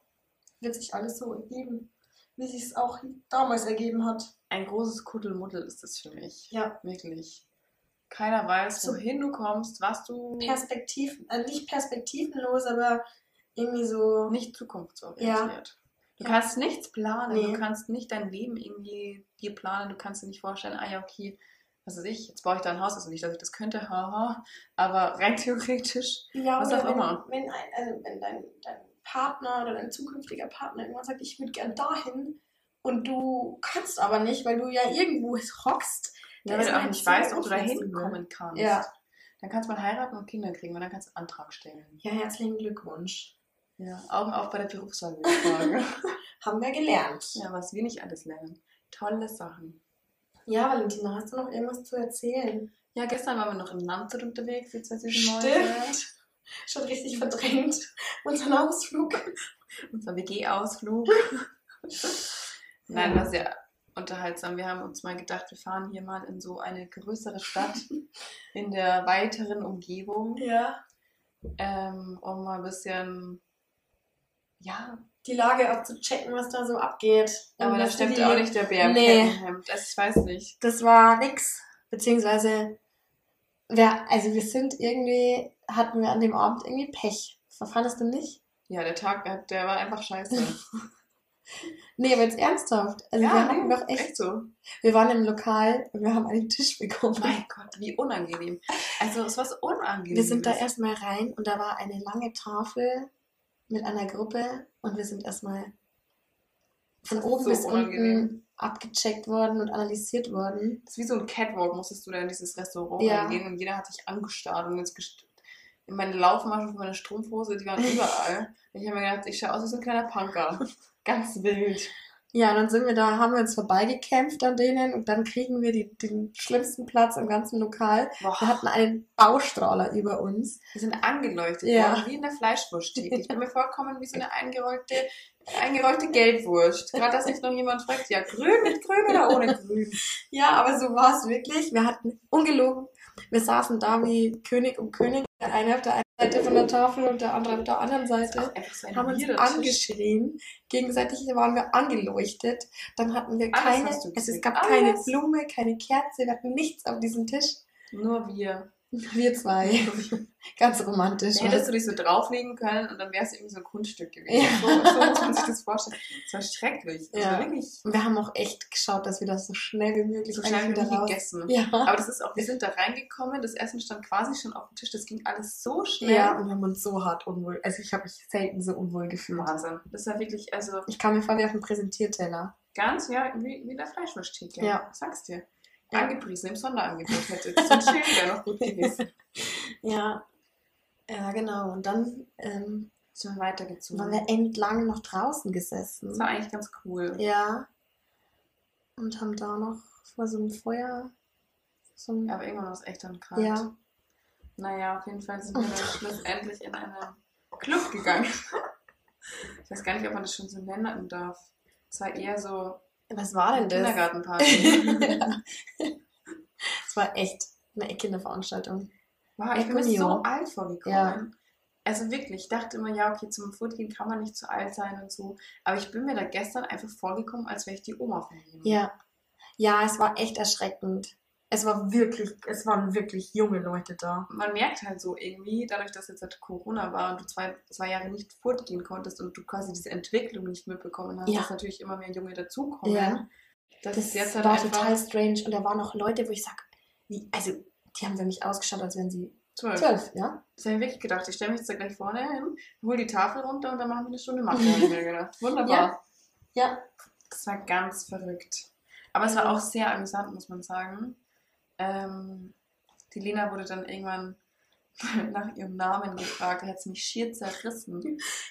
Speaker 3: wird sich alles so ergeben, wie sich es auch damals ergeben hat.
Speaker 4: Ein großes Kuddelmuddel ist es für mich.
Speaker 3: Ja,
Speaker 4: Wirklich. Keiner weiß,
Speaker 3: So-
Speaker 4: wohin du kommst, was du.
Speaker 3: perspektiv, äh, nicht perspektivenlos, aber irgendwie so.
Speaker 4: nicht zukunftsorientiert. Du kannst nichts planen,
Speaker 3: Nee.
Speaker 4: du kannst nicht dein Leben irgendwie dir planen, du kannst dir nicht vorstellen, ah ja, okay, was weiß ich, jetzt baue ich da ein Haus, also nicht, dass ich das könnte, haha, aber rein theoretisch,
Speaker 3: Ja,
Speaker 4: Was
Speaker 3: oder
Speaker 4: auch
Speaker 3: wenn,
Speaker 4: immer.
Speaker 3: Wenn, ein, also wenn dein, dein Partner oder dein zukünftiger Partner irgendwann sagt, ich würde gern dahin und du kannst aber nicht, weil du ja irgendwo hockst. Da
Speaker 4: ja, wenn
Speaker 3: ist
Speaker 4: du auch
Speaker 3: mein
Speaker 4: nicht
Speaker 3: Ziel
Speaker 4: weißt, ob du da
Speaker 3: aufgesetzt,
Speaker 4: hinkommen kannst,
Speaker 3: Ja.
Speaker 4: dann kannst du mal heiraten und Kinder kriegen und dann kannst du einen Antrag stellen.
Speaker 3: Ja, herzlichen Glückwunsch.
Speaker 4: Ja, Augen auf bei der Berufswahl.
Speaker 3: Haben wir gelernt.
Speaker 4: ja, was wir nicht alles lernen. Tolle Sachen.
Speaker 3: Ja, Valentina, hast du noch irgendwas zu erzählen?
Speaker 4: Ja, gestern waren wir noch im Landshut unterwegs, jetzt weiß ich
Speaker 3: Stimmt. Schon richtig verdrängt. Unseren Ausflug.
Speaker 4: Unser WG-Ausflug. Nein, war sehr unterhaltsam. Wir haben uns mal gedacht, wir fahren hier mal in so eine größere Stadt in der weiteren Umgebung,
Speaker 3: Ja,
Speaker 4: ähm, um mal ein bisschen, ja,
Speaker 3: die Lage auch zu checken, was da so abgeht.
Speaker 4: aber
Speaker 3: Und
Speaker 4: da
Speaker 3: Um dass die-
Speaker 4: stimmt auch nicht der Bär im
Speaker 3: Nee.
Speaker 4: Kettenhemd. Also ich weiß nicht.
Speaker 3: das war nix. Beziehungsweise, wir, also wir sind irgendwie, hatten wir an dem Abend irgendwie Pech. Verfandest du nicht?
Speaker 4: Ja, der Tag, äh, der war einfach scheiße.
Speaker 3: Nee, aber jetzt ernsthaft. Also
Speaker 4: Ja,
Speaker 3: wir hatten
Speaker 4: nee,
Speaker 3: doch echt,
Speaker 4: so.
Speaker 3: wir waren im Lokal und wir haben einen Tisch
Speaker 4: Oh
Speaker 3: bekommen.
Speaker 4: mein Gott, wie unangenehm. Also es war so unangenehm.
Speaker 3: Wir sind da erstmal rein und da war eine lange Tafel mit einer Gruppe und wir sind erstmal von
Speaker 4: Das ist
Speaker 3: oben
Speaker 4: so
Speaker 3: bis
Speaker 4: unangenehm.
Speaker 3: unten abgecheckt worden und analysiert worden.
Speaker 4: Das ist wie so ein Catwalk, musstest du da in dieses Restaurant
Speaker 3: Ja.
Speaker 4: reingehen und jeder hat dich angestarrt und jetzt gest in meine Laufmaschen, meine Strumpfhose, die waren überall. Und ich habe mir gedacht, ich schaue aus wie so ein kleiner Punker. Ganz wild.
Speaker 3: Ja, dann sind wir da, haben wir uns vorbeigekämpft an denen und dann kriegen wir die, den schlimmsten Platz im ganzen Lokal. Wir
Speaker 4: Boah,
Speaker 3: hatten einen Baustrahler über uns.
Speaker 4: die sind angeleuchtet
Speaker 3: Ja.
Speaker 4: worden, wie in der Fleischwurst steht. Ich bin mir vorkommen wie so eine eingerollte, eingerollte Gelbwurst. Gerade, dass sich noch jemand fragt, ja, grün mit grün oder ohne grün?
Speaker 3: Ja, aber so war es wirklich. Wir hatten ungelogen. Wir saßen da wie König um König. Der eine auf der einen Seite von der Tafel und der andere auf der anderen Seite.
Speaker 4: Einfach so ein
Speaker 3: Haben uns
Speaker 4: weirder Tisch.
Speaker 3: angeschrien. Gegenseitig waren wir angeleuchtet. Dann hatten wir
Speaker 4: Alles
Speaker 3: keine,
Speaker 4: hast du
Speaker 3: es, es
Speaker 4: gekriegt.
Speaker 3: gab keine
Speaker 4: Alles.
Speaker 3: Blume, keine Kerze. Wir hatten nichts auf diesem Tisch.
Speaker 4: Nur wir.
Speaker 3: Wir zwei. Ganz romantisch.
Speaker 4: Da hättest du dich so drauflegen können und dann wäre es irgendwie so ein Kunststück gewesen.
Speaker 3: Ja.
Speaker 4: So, so muss man sich das vorstellen. Das war schrecklich. Das
Speaker 3: Ja.
Speaker 4: war wirklich
Speaker 3: Und wir haben auch echt geschaut, dass wir das so schnell wie möglich
Speaker 4: so
Speaker 3: eigentlich
Speaker 4: schnell
Speaker 3: wieder
Speaker 4: wie
Speaker 3: raus.
Speaker 4: gegessen.
Speaker 3: Ja.
Speaker 4: Aber das ist auch, wir sind da reingekommen, das Essen stand quasi schon auf dem Tisch, das ging alles so schnell.
Speaker 3: ja, und wir haben uns so hart unwohl. Also ich habe mich selten so unwohl gefühlt.
Speaker 4: Wahnsinn. Das war wirklich, also
Speaker 3: Ich kam mir vor wie auf einem Präsentierteller.
Speaker 4: ganz, ja, wie, wie der Fleischwursttheke.
Speaker 3: Ja.
Speaker 4: Sag's dir.
Speaker 3: Ja.
Speaker 4: Angepriesen, im Sonderangebot hätte. So ein Schild wäre noch gut gewesen.
Speaker 3: Ja. Ja, genau. Und dann ähm,
Speaker 4: Sind wir
Speaker 3: waren
Speaker 4: weitergezogen.
Speaker 3: wir endlang noch draußen
Speaker 4: Das
Speaker 3: gesessen.
Speaker 4: war eigentlich ganz cool.
Speaker 3: Ja. Und haben da noch vor so einem Feuer so ein,
Speaker 4: Aber irgendwann war es echt dann kalt.
Speaker 3: ja.
Speaker 4: Naja, auf jeden Fall sind wir dann schlussendlich in einen Club gegangen. Ich weiß gar nicht, ob man das schon so nennen darf. Es war eher so
Speaker 3: Was war denn
Speaker 4: eine
Speaker 3: das?
Speaker 4: Kindergartenparty.
Speaker 3: Es war echt eine Kinderveranstaltung.
Speaker 4: Wow, ich bin mir
Speaker 3: Econio.
Speaker 4: so alt vorgekommen.
Speaker 3: Ja.
Speaker 4: Also wirklich, ich dachte immer, ja, okay, zum Footgehen kann man nicht zu alt sein und so. Aber ich bin mir da gestern einfach vorgekommen, als wäre ich die Oma von ihm.
Speaker 3: Ja. Ja, es war echt erschreckend. Es war wirklich, es waren wirklich junge Leute da.
Speaker 4: Man merkt halt so irgendwie, dadurch, dass jetzt halt Corona war und du zwei, zwei Jahre nicht fortgehen konntest und du quasi diese Entwicklung nicht mitbekommen hast,
Speaker 3: Ja.
Speaker 4: dass natürlich immer mehr Junge dazukommen.
Speaker 3: Ja.
Speaker 4: Das,
Speaker 3: Das
Speaker 4: ist jetzt halt
Speaker 3: war
Speaker 4: einfach
Speaker 3: total strange. Und da waren auch Leute, wo ich sag, wie, also, die haben für mich ausgeschaut, als wären sie
Speaker 4: zwölf.
Speaker 3: zwölf, ja?
Speaker 4: Das habe ich wirklich gedacht. Ich stelle mich jetzt da gleich vorne hin, hole die Tafel runter und dann machen wir eine Stunde Mathe. habe ich mir gedacht. Wunderbar.
Speaker 3: Ja. Ja.
Speaker 4: Das war ganz verrückt. Aber es war auch sehr amüsant, muss man sagen. Ähm, die Lena wurde dann irgendwann nach ihrem Namen gefragt. Da hat sie mich schier zerrissen.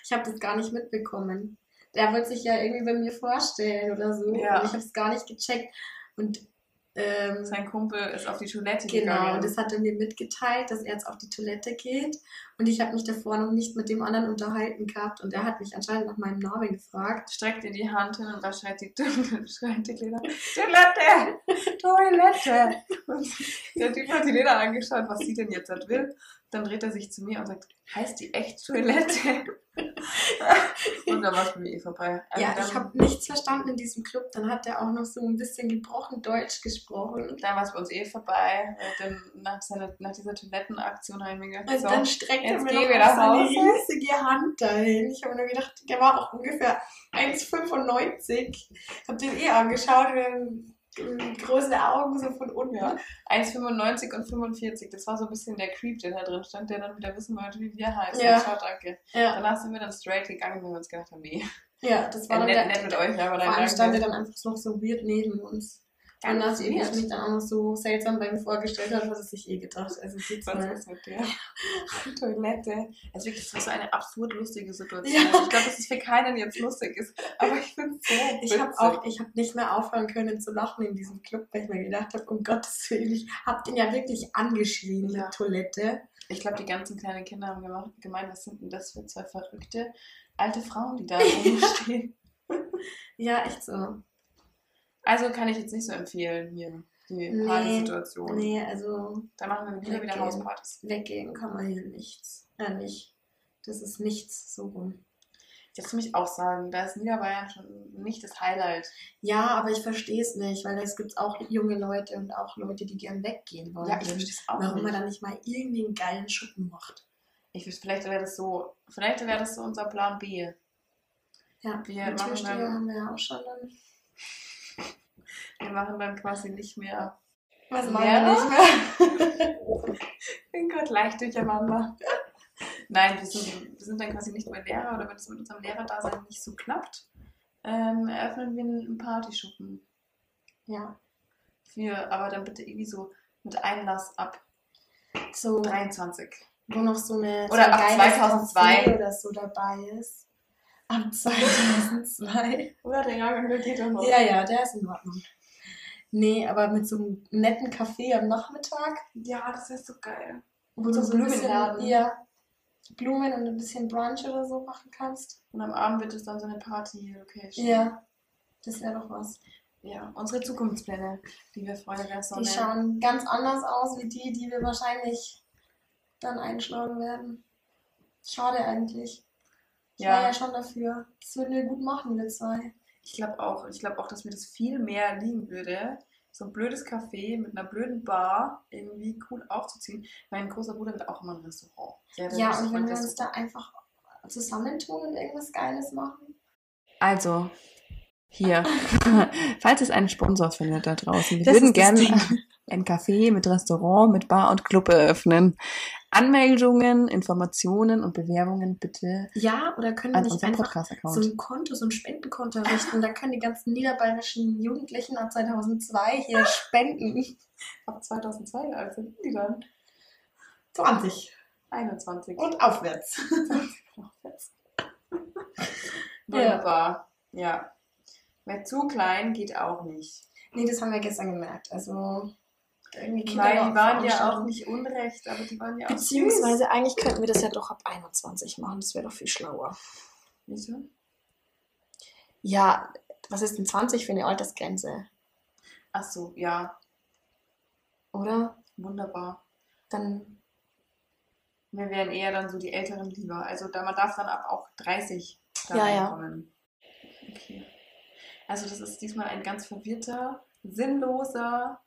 Speaker 3: Ich habe das gar nicht mitbekommen. Der wollte sich ja irgendwie bei mir vorstellen oder so.
Speaker 4: Ja.
Speaker 3: Und ich habe es gar nicht gecheckt. Und ähm,
Speaker 4: Sein Kumpel ist auf die Toilette
Speaker 3: genau,
Speaker 4: gegangen.
Speaker 3: und das hat er mir mitgeteilt, dass er jetzt auf die Toilette geht. Und ich habe mich davor noch nicht mit dem anderen unterhalten gehabt. Und er hat mich anscheinend nach meinem Namen gefragt.
Speaker 4: Streckt ihr die Hand hin und da schreit die, schreit die Lena, Toilette, Toilette. Und der Typ hat die Lena angeschaut, was sie denn jetzt halt will. Dann dreht er sich zu mir und sagt, heißt die echt Toilette? Und da war es bei mir eh vorbei. Also
Speaker 3: ja,
Speaker 4: dann,
Speaker 3: ich habe nichts verstanden in diesem Club. Dann hat er auch noch so ein bisschen gebrochen Deutsch gesprochen.
Speaker 4: dann war es bei uns eh vorbei. Dann nach, seiner, nach dieser Toilettenaktion haben wir gedacht,
Speaker 3: Also
Speaker 4: so,
Speaker 3: dann streckt er
Speaker 4: jetzt
Speaker 3: mir
Speaker 4: gehen
Speaker 3: noch
Speaker 4: wir nach
Speaker 3: so eine
Speaker 4: Hause.
Speaker 3: riesige Hand dahin. Ich habe nur gedacht, der war auch ungefähr 1,95. Habe den eh angeschaut und dann ähm, große Augen so von unten.
Speaker 4: Ja. 1,95 und 45. Das war so ein bisschen der Creep, der da drin stand, der dann wieder wissen wollte, wie wir heißen.
Speaker 3: Ja.
Speaker 4: Ciao, danke.
Speaker 3: ja,
Speaker 4: Danach sind wir dann straight gegangen, weil wir uns gedacht haben, nee,
Speaker 3: ja, das war
Speaker 4: ja,
Speaker 3: dann
Speaker 4: Äh, nett,
Speaker 3: der,
Speaker 4: nett mit euch, aber
Speaker 3: Vor
Speaker 4: dann
Speaker 3: allem stand er
Speaker 4: danke.
Speaker 3: dann einfach noch so weird neben uns.
Speaker 4: Ganz
Speaker 3: und das irgendwie
Speaker 4: weird.
Speaker 3: ich mich dann auch noch so seltsam bei ihm vorgestellt hat, was er sich eh gedacht hat. Also sieht's
Speaker 4: Was
Speaker 3: mal.
Speaker 4: ist mit dir? Toilette. Es ist wirklich so eine absurd lustige Situation. Ich glaube, dass es für keinen jetzt lustig ist. Aber ich finde es so.
Speaker 3: Ich habe
Speaker 4: witzig.
Speaker 3: auch, ich habe nicht mehr aufhören können zu lachen in diesem Club, weil ich mir gedacht habe, um Gottes Willen, ich habe den ja wirklich angeschrien,
Speaker 4: Ja.
Speaker 3: die Toilette.
Speaker 4: Ich glaube, die ganzen kleinen Kinder haben gemacht, gemeint, was sind denn das für zwei verrückte alte Frauen, die da rumstehen.
Speaker 3: Ja, echt so.
Speaker 4: Also kann ich jetzt nicht so empfehlen hier die
Speaker 3: Nee,
Speaker 4: Partysituation.
Speaker 3: Nee, also
Speaker 4: Da machen wir lieber wieder
Speaker 3: Okay.
Speaker 4: Hauspartys.
Speaker 3: weggehen kann man hier nichts. Ja, nicht. Das ist nichts so rum.
Speaker 4: Jetzt muss ich auch sagen, da ist Niederbayern schon nicht das Highlight.
Speaker 3: Ja, aber ich verstehe es nicht, weil es gibt auch junge Leute und auch Leute, die gern weggehen
Speaker 4: Oh,
Speaker 3: wollen.
Speaker 4: es auch
Speaker 3: Warum man dann nicht mal irgendwie einen geilen Schuppen macht.
Speaker 4: Ich, wüs- vielleicht wäre das so, vielleicht wäre das so unser Plan B.
Speaker 3: Ja,
Speaker 4: Wir
Speaker 3: einen
Speaker 4: machen
Speaker 3: Türsteher
Speaker 4: dann-
Speaker 3: haben wir ja auch schon dann.
Speaker 4: Wir machen dann quasi nicht mehr.
Speaker 3: Was
Speaker 4: Ja.
Speaker 3: machen wir nicht mehr?
Speaker 4: Bin Gott leicht durcheinander. Nein, wir sind, wir sind dann quasi nicht mehr Lehrer oder wenn es mit unserem Lehrerdasein nicht so klappt, ähm, eröffnen wir einen Partyschuppen.
Speaker 3: Ja,
Speaker 4: Für, aber dann bitte irgendwie so mit Einlass ab
Speaker 3: so,
Speaker 4: 23.
Speaker 3: wo noch so eine
Speaker 4: Oder
Speaker 3: so ein
Speaker 4: ab
Speaker 3: geiles
Speaker 4: 2002.
Speaker 3: Café oder so dabei ist. Ab 2002.
Speaker 4: Oder der Jahrgang geht doch noch.
Speaker 3: ja, ja, der ist in Ordnung. Nee, aber mit so einem netten Kaffee am Nachmittag.
Speaker 4: ja, das wäre so geil.
Speaker 3: Wo
Speaker 4: So
Speaker 3: du so ein bisschen
Speaker 4: Blumenladen.
Speaker 3: ja, Blumen und ein bisschen Brunch oder so machen kannst.
Speaker 4: Und am Abend wird es dann so eine Party-Location.
Speaker 3: Ja, das wäre doch was.
Speaker 4: Ja, unsere Zukunftspläne, die wir Freunde der Sonne.
Speaker 3: Die schauen ganz anders aus wie die, die wir wahrscheinlich dann einschlagen werden. Schade eigentlich. Ich
Speaker 4: Ja.
Speaker 3: war ja schon dafür. Das würden wir gut machen, wir zwei.
Speaker 4: Ich glaube auch, ich glaube auch, dass mir das viel mehr liegen würde, so ein blödes Café mit einer blöden Bar irgendwie cool aufzuziehen. Mein großer Bruder will auch immer ein Restaurant. Der hat
Speaker 3: Ja,
Speaker 4: richtig
Speaker 3: und
Speaker 4: Bock,
Speaker 3: wenn wir uns
Speaker 4: Restaurant.
Speaker 3: da einfach zusammentun und irgendwas Geiles machen.
Speaker 4: Also, hier, falls es einen Sponsor findet da draußen, wir
Speaker 3: Das
Speaker 4: würden
Speaker 3: ist das
Speaker 4: gerne ein Café mit Restaurant, mit Bar und Club eröffnen. Anmeldungen, Informationen und Bewerbungen bitte
Speaker 3: Ja, oder können wir
Speaker 4: an
Speaker 3: nicht
Speaker 4: unseren
Speaker 3: einfach so
Speaker 4: Podcast-Account.
Speaker 3: ein Konto, so ein Spendenkonto errichten? Da können die ganzen niederbayerischen Jugendlichen ab 2002
Speaker 4: Ah.
Speaker 3: hier spenden.
Speaker 4: Ab 2002, wie alt sind die dann?
Speaker 3: 20
Speaker 4: 21.
Speaker 3: und aufwärts.
Speaker 4: Wunderbar. Ja. Wer zu klein geht auch nicht.
Speaker 3: Nee, das haben wir gestern gemerkt. Also, irgendwie Kinder
Speaker 4: Weil die
Speaker 3: auf
Speaker 4: waren ja auch
Speaker 3: Veranstaltungen.
Speaker 4: nicht unrecht, aber die waren ja auch süß.
Speaker 5: Beziehungsweise eigentlich könnten wir das ja doch ab 21 machen, das wäre doch viel schlauer.
Speaker 4: Wieso?
Speaker 5: Ja, was ist denn 20 für eine Altersgrenze,
Speaker 4: Ach so, ja,
Speaker 5: oder?
Speaker 4: wunderbar.
Speaker 5: Dann,
Speaker 4: Mir wären eher dann so die Älteren lieber. Also da man darf dann ab auch 30 da
Speaker 5: Ja, ja.
Speaker 4: reinkommen. Okay. Also das ist diesmal ein ganz verwirrter, sinnloser,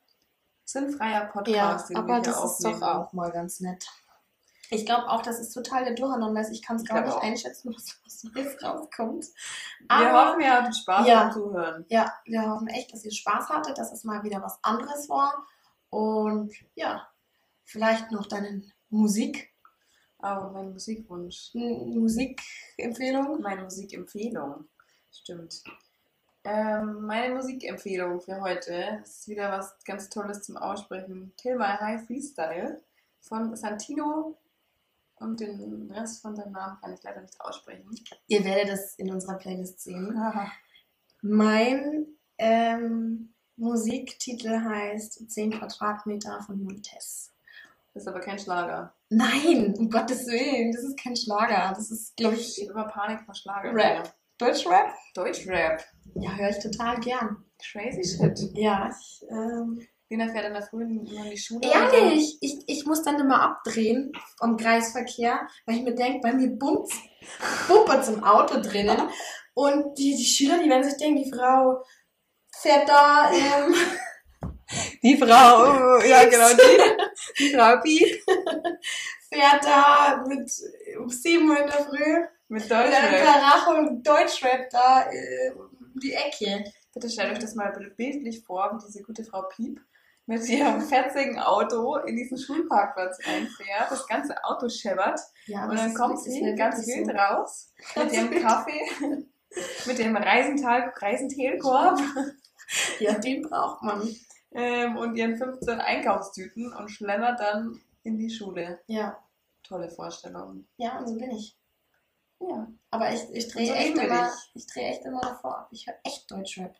Speaker 4: sinnfreier Podcast,
Speaker 5: ja, aber das ist
Speaker 4: aufnehmen.
Speaker 5: doch auch.
Speaker 3: mal ganz nett. Ich glaube auch, das ist total der Durcheinander. ist. Ich kann es
Speaker 4: Ich
Speaker 3: gar
Speaker 4: glaub
Speaker 3: nicht
Speaker 4: auch.
Speaker 3: einschätzen, was was jetzt rauskommt.
Speaker 4: Wir
Speaker 3: Aber
Speaker 4: hoffen, ihr hattet Spaß
Speaker 3: Ja.
Speaker 4: beim Zuhören.
Speaker 3: ja, wir hoffen echt, dass ihr Spaß hattet, dass es mal wieder was anderes war. Und ja, vielleicht noch deinen Musik,
Speaker 4: Aber mein Musikwunsch.
Speaker 3: m- Musikempfehlung.
Speaker 4: Meine Musikempfehlung. Stimmt. Ähm, meine Musikempfehlung für heute ist wieder was ganz Tolles zum Aussprechen. Kill My High Freestyle von Santino und den Rest von seinem Namen kann ich leider nicht aussprechen.
Speaker 3: Ihr werdet es in unserer Playlist sehen. Mein ähm, Musiktitel heißt 10 Quadratmeter von Montes.
Speaker 4: Das ist aber kein Schlager.
Speaker 3: Nein, um Gottes Willen, das ist kein Schlager. Das ist, glaube
Speaker 4: Ich
Speaker 3: ich,
Speaker 4: hab immer Panik vor Schlager.
Speaker 3: Rap. Deutschrap.
Speaker 4: Deutschrap.
Speaker 3: Ja, höre ich total gern.
Speaker 4: Crazy shit.
Speaker 3: Ja, ich, ähm,
Speaker 4: Lena fährt in der Früh immer in die Schule.
Speaker 3: ehrlich, ich, ich muss dann immer abdrehen am Kreisverkehr, weil ich mir denke, bei mir bummt Puppe zum Auto drinnen. Und die, die Schüler, die werden sich denken, die Frau fährt da ähm,
Speaker 2: Die Frau, oh, ja genau, die, die Frau Piep.
Speaker 3: fährt da mit äh, um 7 Uhr in der Früh
Speaker 4: Mit
Speaker 3: mit einem
Speaker 4: Deutschland.
Speaker 3: Karacho und Deutschrap da äh, um die Ecke.
Speaker 4: Bitte stellt euch das mal bitte bildlich vor, wie diese gute Frau Piep mit ihrem fetzigen Auto in diesen Schulparkplatz reinfährt, das ganze Auto scheppert
Speaker 3: Ja,
Speaker 4: und dann kommt sie ganz wild raus mit ihrem Kaffee, mit dem Reisental, Reisentelkorb
Speaker 3: Ja, den braucht man.
Speaker 4: ähm, und ihren 15 Einkaufstüten und schlendert dann in die Schule.
Speaker 3: Ja,
Speaker 4: Tolle Vorstellung.
Speaker 3: ja, und so bin ich.
Speaker 4: Ja.
Speaker 3: Aber ich, ich drehe
Speaker 4: So
Speaker 3: echt,
Speaker 4: lieben wir
Speaker 3: immer-
Speaker 4: dich.
Speaker 3: ich dreh echt immer davor ab. Ich höre echt Deutschrap.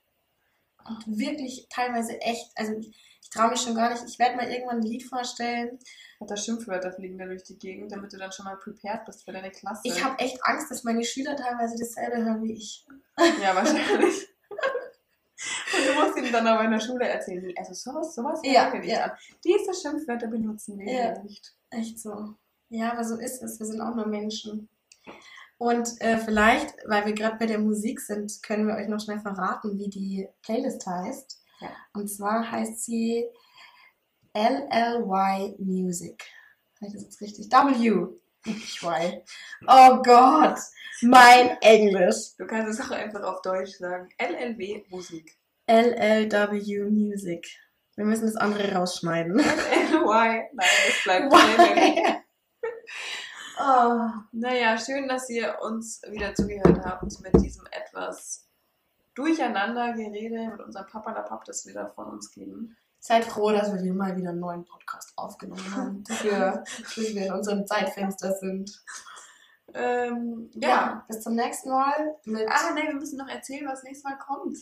Speaker 3: Und wirklich teilweise echt, also ich, ich traue mich schon gar nicht. Ich werde mal irgendwann ein Lied vorstellen.
Speaker 4: Und da Schimpfwörter fliegen da durch die Gegend, damit du dann schon mal prepared bist für deine Klasse.
Speaker 3: Ich habe echt Angst, dass meine Schüler teilweise dasselbe hören wie ich.
Speaker 4: Ja, wahrscheinlich. Und du musst ihm dann aber in der Schule erzählen, nee, also sowas, sowas hören
Speaker 3: Ja,
Speaker 4: wir nicht
Speaker 3: ja.
Speaker 4: an. Diese Schimpfwörter benutzen wir
Speaker 3: Ja.
Speaker 4: hier nicht.
Speaker 3: Echt so. Ja, aber so ist es. Wir sind auch nur Menschen. Und äh, vielleicht, weil wir gerade bei der Musik sind, können wir euch noch schnell verraten, wie die Playlist heißt.
Speaker 4: Ja.
Speaker 3: Und zwar heißt sie LLY Music. Habe ich das jetzt richtig? W. Nicht Y. Oh Gott, mein Englisch.
Speaker 4: Du kannst es auch einfach auf Deutsch sagen. LLW Musik.
Speaker 3: LLW Music. Wir müssen das andere rausschneiden.
Speaker 4: LLY. Nein, das bleibt drin.
Speaker 3: Why? oh.
Speaker 4: Naja, schön, dass ihr uns wieder zugehört habt mit diesem etwas durcheinander Gerede mit unserem Papalapap, das wir da von uns geben.
Speaker 3: Seid froh, dass wir hier mal wieder einen neuen Podcast aufgenommen haben, dass wir, dass wir in unserem Zeitfenster sind.
Speaker 4: Ähm, ja.
Speaker 3: bis zum nächsten Mal mit
Speaker 4: Ah, nein, wir müssen noch erzählen, was nächstes Mal kommt.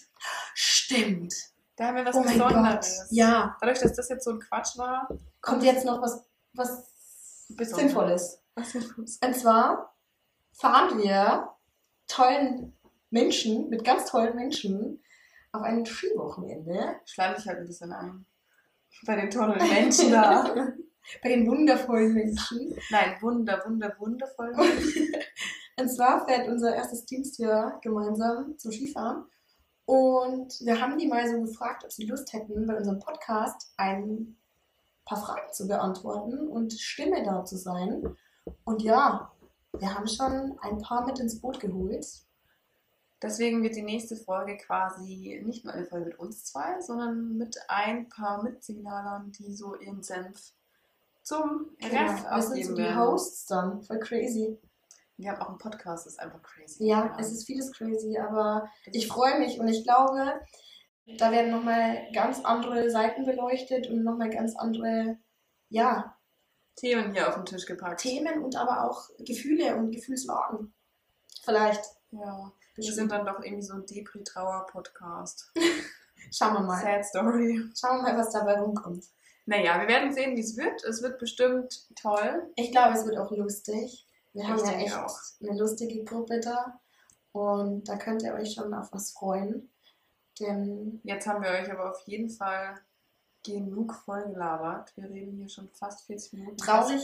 Speaker 3: Stimmt.
Speaker 4: Da haben wir was
Speaker 3: Oh mein Gott.
Speaker 4: Besonderes.
Speaker 3: Ja,
Speaker 4: Dadurch, dass das jetzt so ein Quatsch war,
Speaker 3: kommt jetzt noch was, was
Speaker 4: Besonderes.
Speaker 3: Sinnvolles.
Speaker 4: was ist los?
Speaker 3: Und zwar fahren wir tollen Menschen, mit ganz tollen Menschen, auf ein Skiwochenende
Speaker 4: Schleim dich halt ein bisschen ein. Bei den tollen Menschen da.
Speaker 3: bei den wundervollen Menschen.
Speaker 4: Nein, wunder, wunder, wundervoll. Menschen.
Speaker 3: Und zwar fährt unser erstes Teamsteer gemeinsam zum Skifahren. Und wir haben die mal so gefragt, ob sie Lust hätten, bei unserem Podcast ein paar Fragen zu beantworten und Stimme da zu sein. Und ja, wir haben schon ein paar mit ins Boot geholt.
Speaker 4: Deswegen wird die nächste Folge quasi nicht nur eine Folge mit uns zwei, sondern mit ein paar Mitsignalern, die so ihren Senf zum
Speaker 3: Genau,
Speaker 4: Rest
Speaker 3: wir sind so
Speaker 4: abgeben
Speaker 3: die
Speaker 4: werden.
Speaker 3: Hosts dann. Voll crazy.
Speaker 4: Wir haben auch einen Podcast, das ist einfach crazy.
Speaker 3: Ja, es ist vieles crazy, aber ich freue mich und ich glaube, da werden nochmal ganz andere Seiten beleuchtet und nochmal ganz andere, ja,
Speaker 4: Themen hier auf den Tisch gepackt.
Speaker 3: Themen und aber auch Gefühle und Gefühlslagen. Vielleicht.
Speaker 4: Ja. Wir sind dann doch irgendwie so ein Depri-Trauer-Podcast.
Speaker 3: Schauen wir mal.
Speaker 4: Sad Story.
Speaker 3: Schauen wir mal, was dabei rumkommt.
Speaker 4: Naja, wir werden sehen, wie es wird. Es wird bestimmt toll.
Speaker 3: Ich glaube, es wird auch lustig. Wir haben
Speaker 4: Ich
Speaker 3: ja
Speaker 4: denke
Speaker 3: echt
Speaker 4: auch.
Speaker 3: eine lustige Gruppe da. Und da könnt ihr euch schon auf was freuen. Denn
Speaker 4: Jetzt haben wir euch aber auf jeden Fall genug vollgelabert. Wir reden hier schon fast 40 Minuten.
Speaker 3: traurig,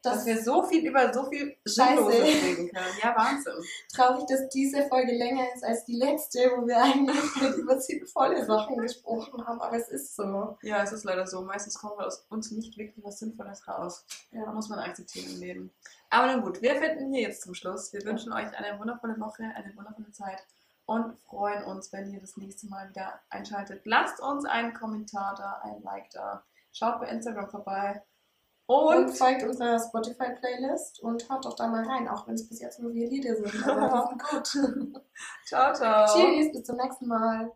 Speaker 4: dass
Speaker 3: dass,
Speaker 4: wir so viel über so viel
Speaker 3: Scheiße.
Speaker 4: Sinnloses reden können. Ja, Wahnsinn.
Speaker 3: traurig, dass diese Folge länger ist als die letzte, wo wir eigentlich mit über sinnvolle Sachen gesprochen haben. Aber es ist so.
Speaker 4: Ja, es ist leider so. Meistens kommt aus uns nicht wirklich was Sinnvolles raus. Da
Speaker 3: Ja.
Speaker 4: muss man akzeptieren im Leben. Aber nun gut, wir finden hier jetzt zum Schluss. Wir wünschen euch eine wundervolle Woche, eine wundervolle Zeit und freuen uns, wenn ihr das nächste Mal wieder einschaltet. Lasst uns einen Kommentar da, ein Like da. Schaut bei Instagram vorbei.
Speaker 3: Und
Speaker 4: Und
Speaker 3: folgt unserer Spotify-Playlist und hört doch da mal rein, auch wenn es bis jetzt nur vier Lieder sind. Aber die sind Also, gut.
Speaker 4: ciao, ciao.
Speaker 3: Tschüss, bis zum nächsten Mal.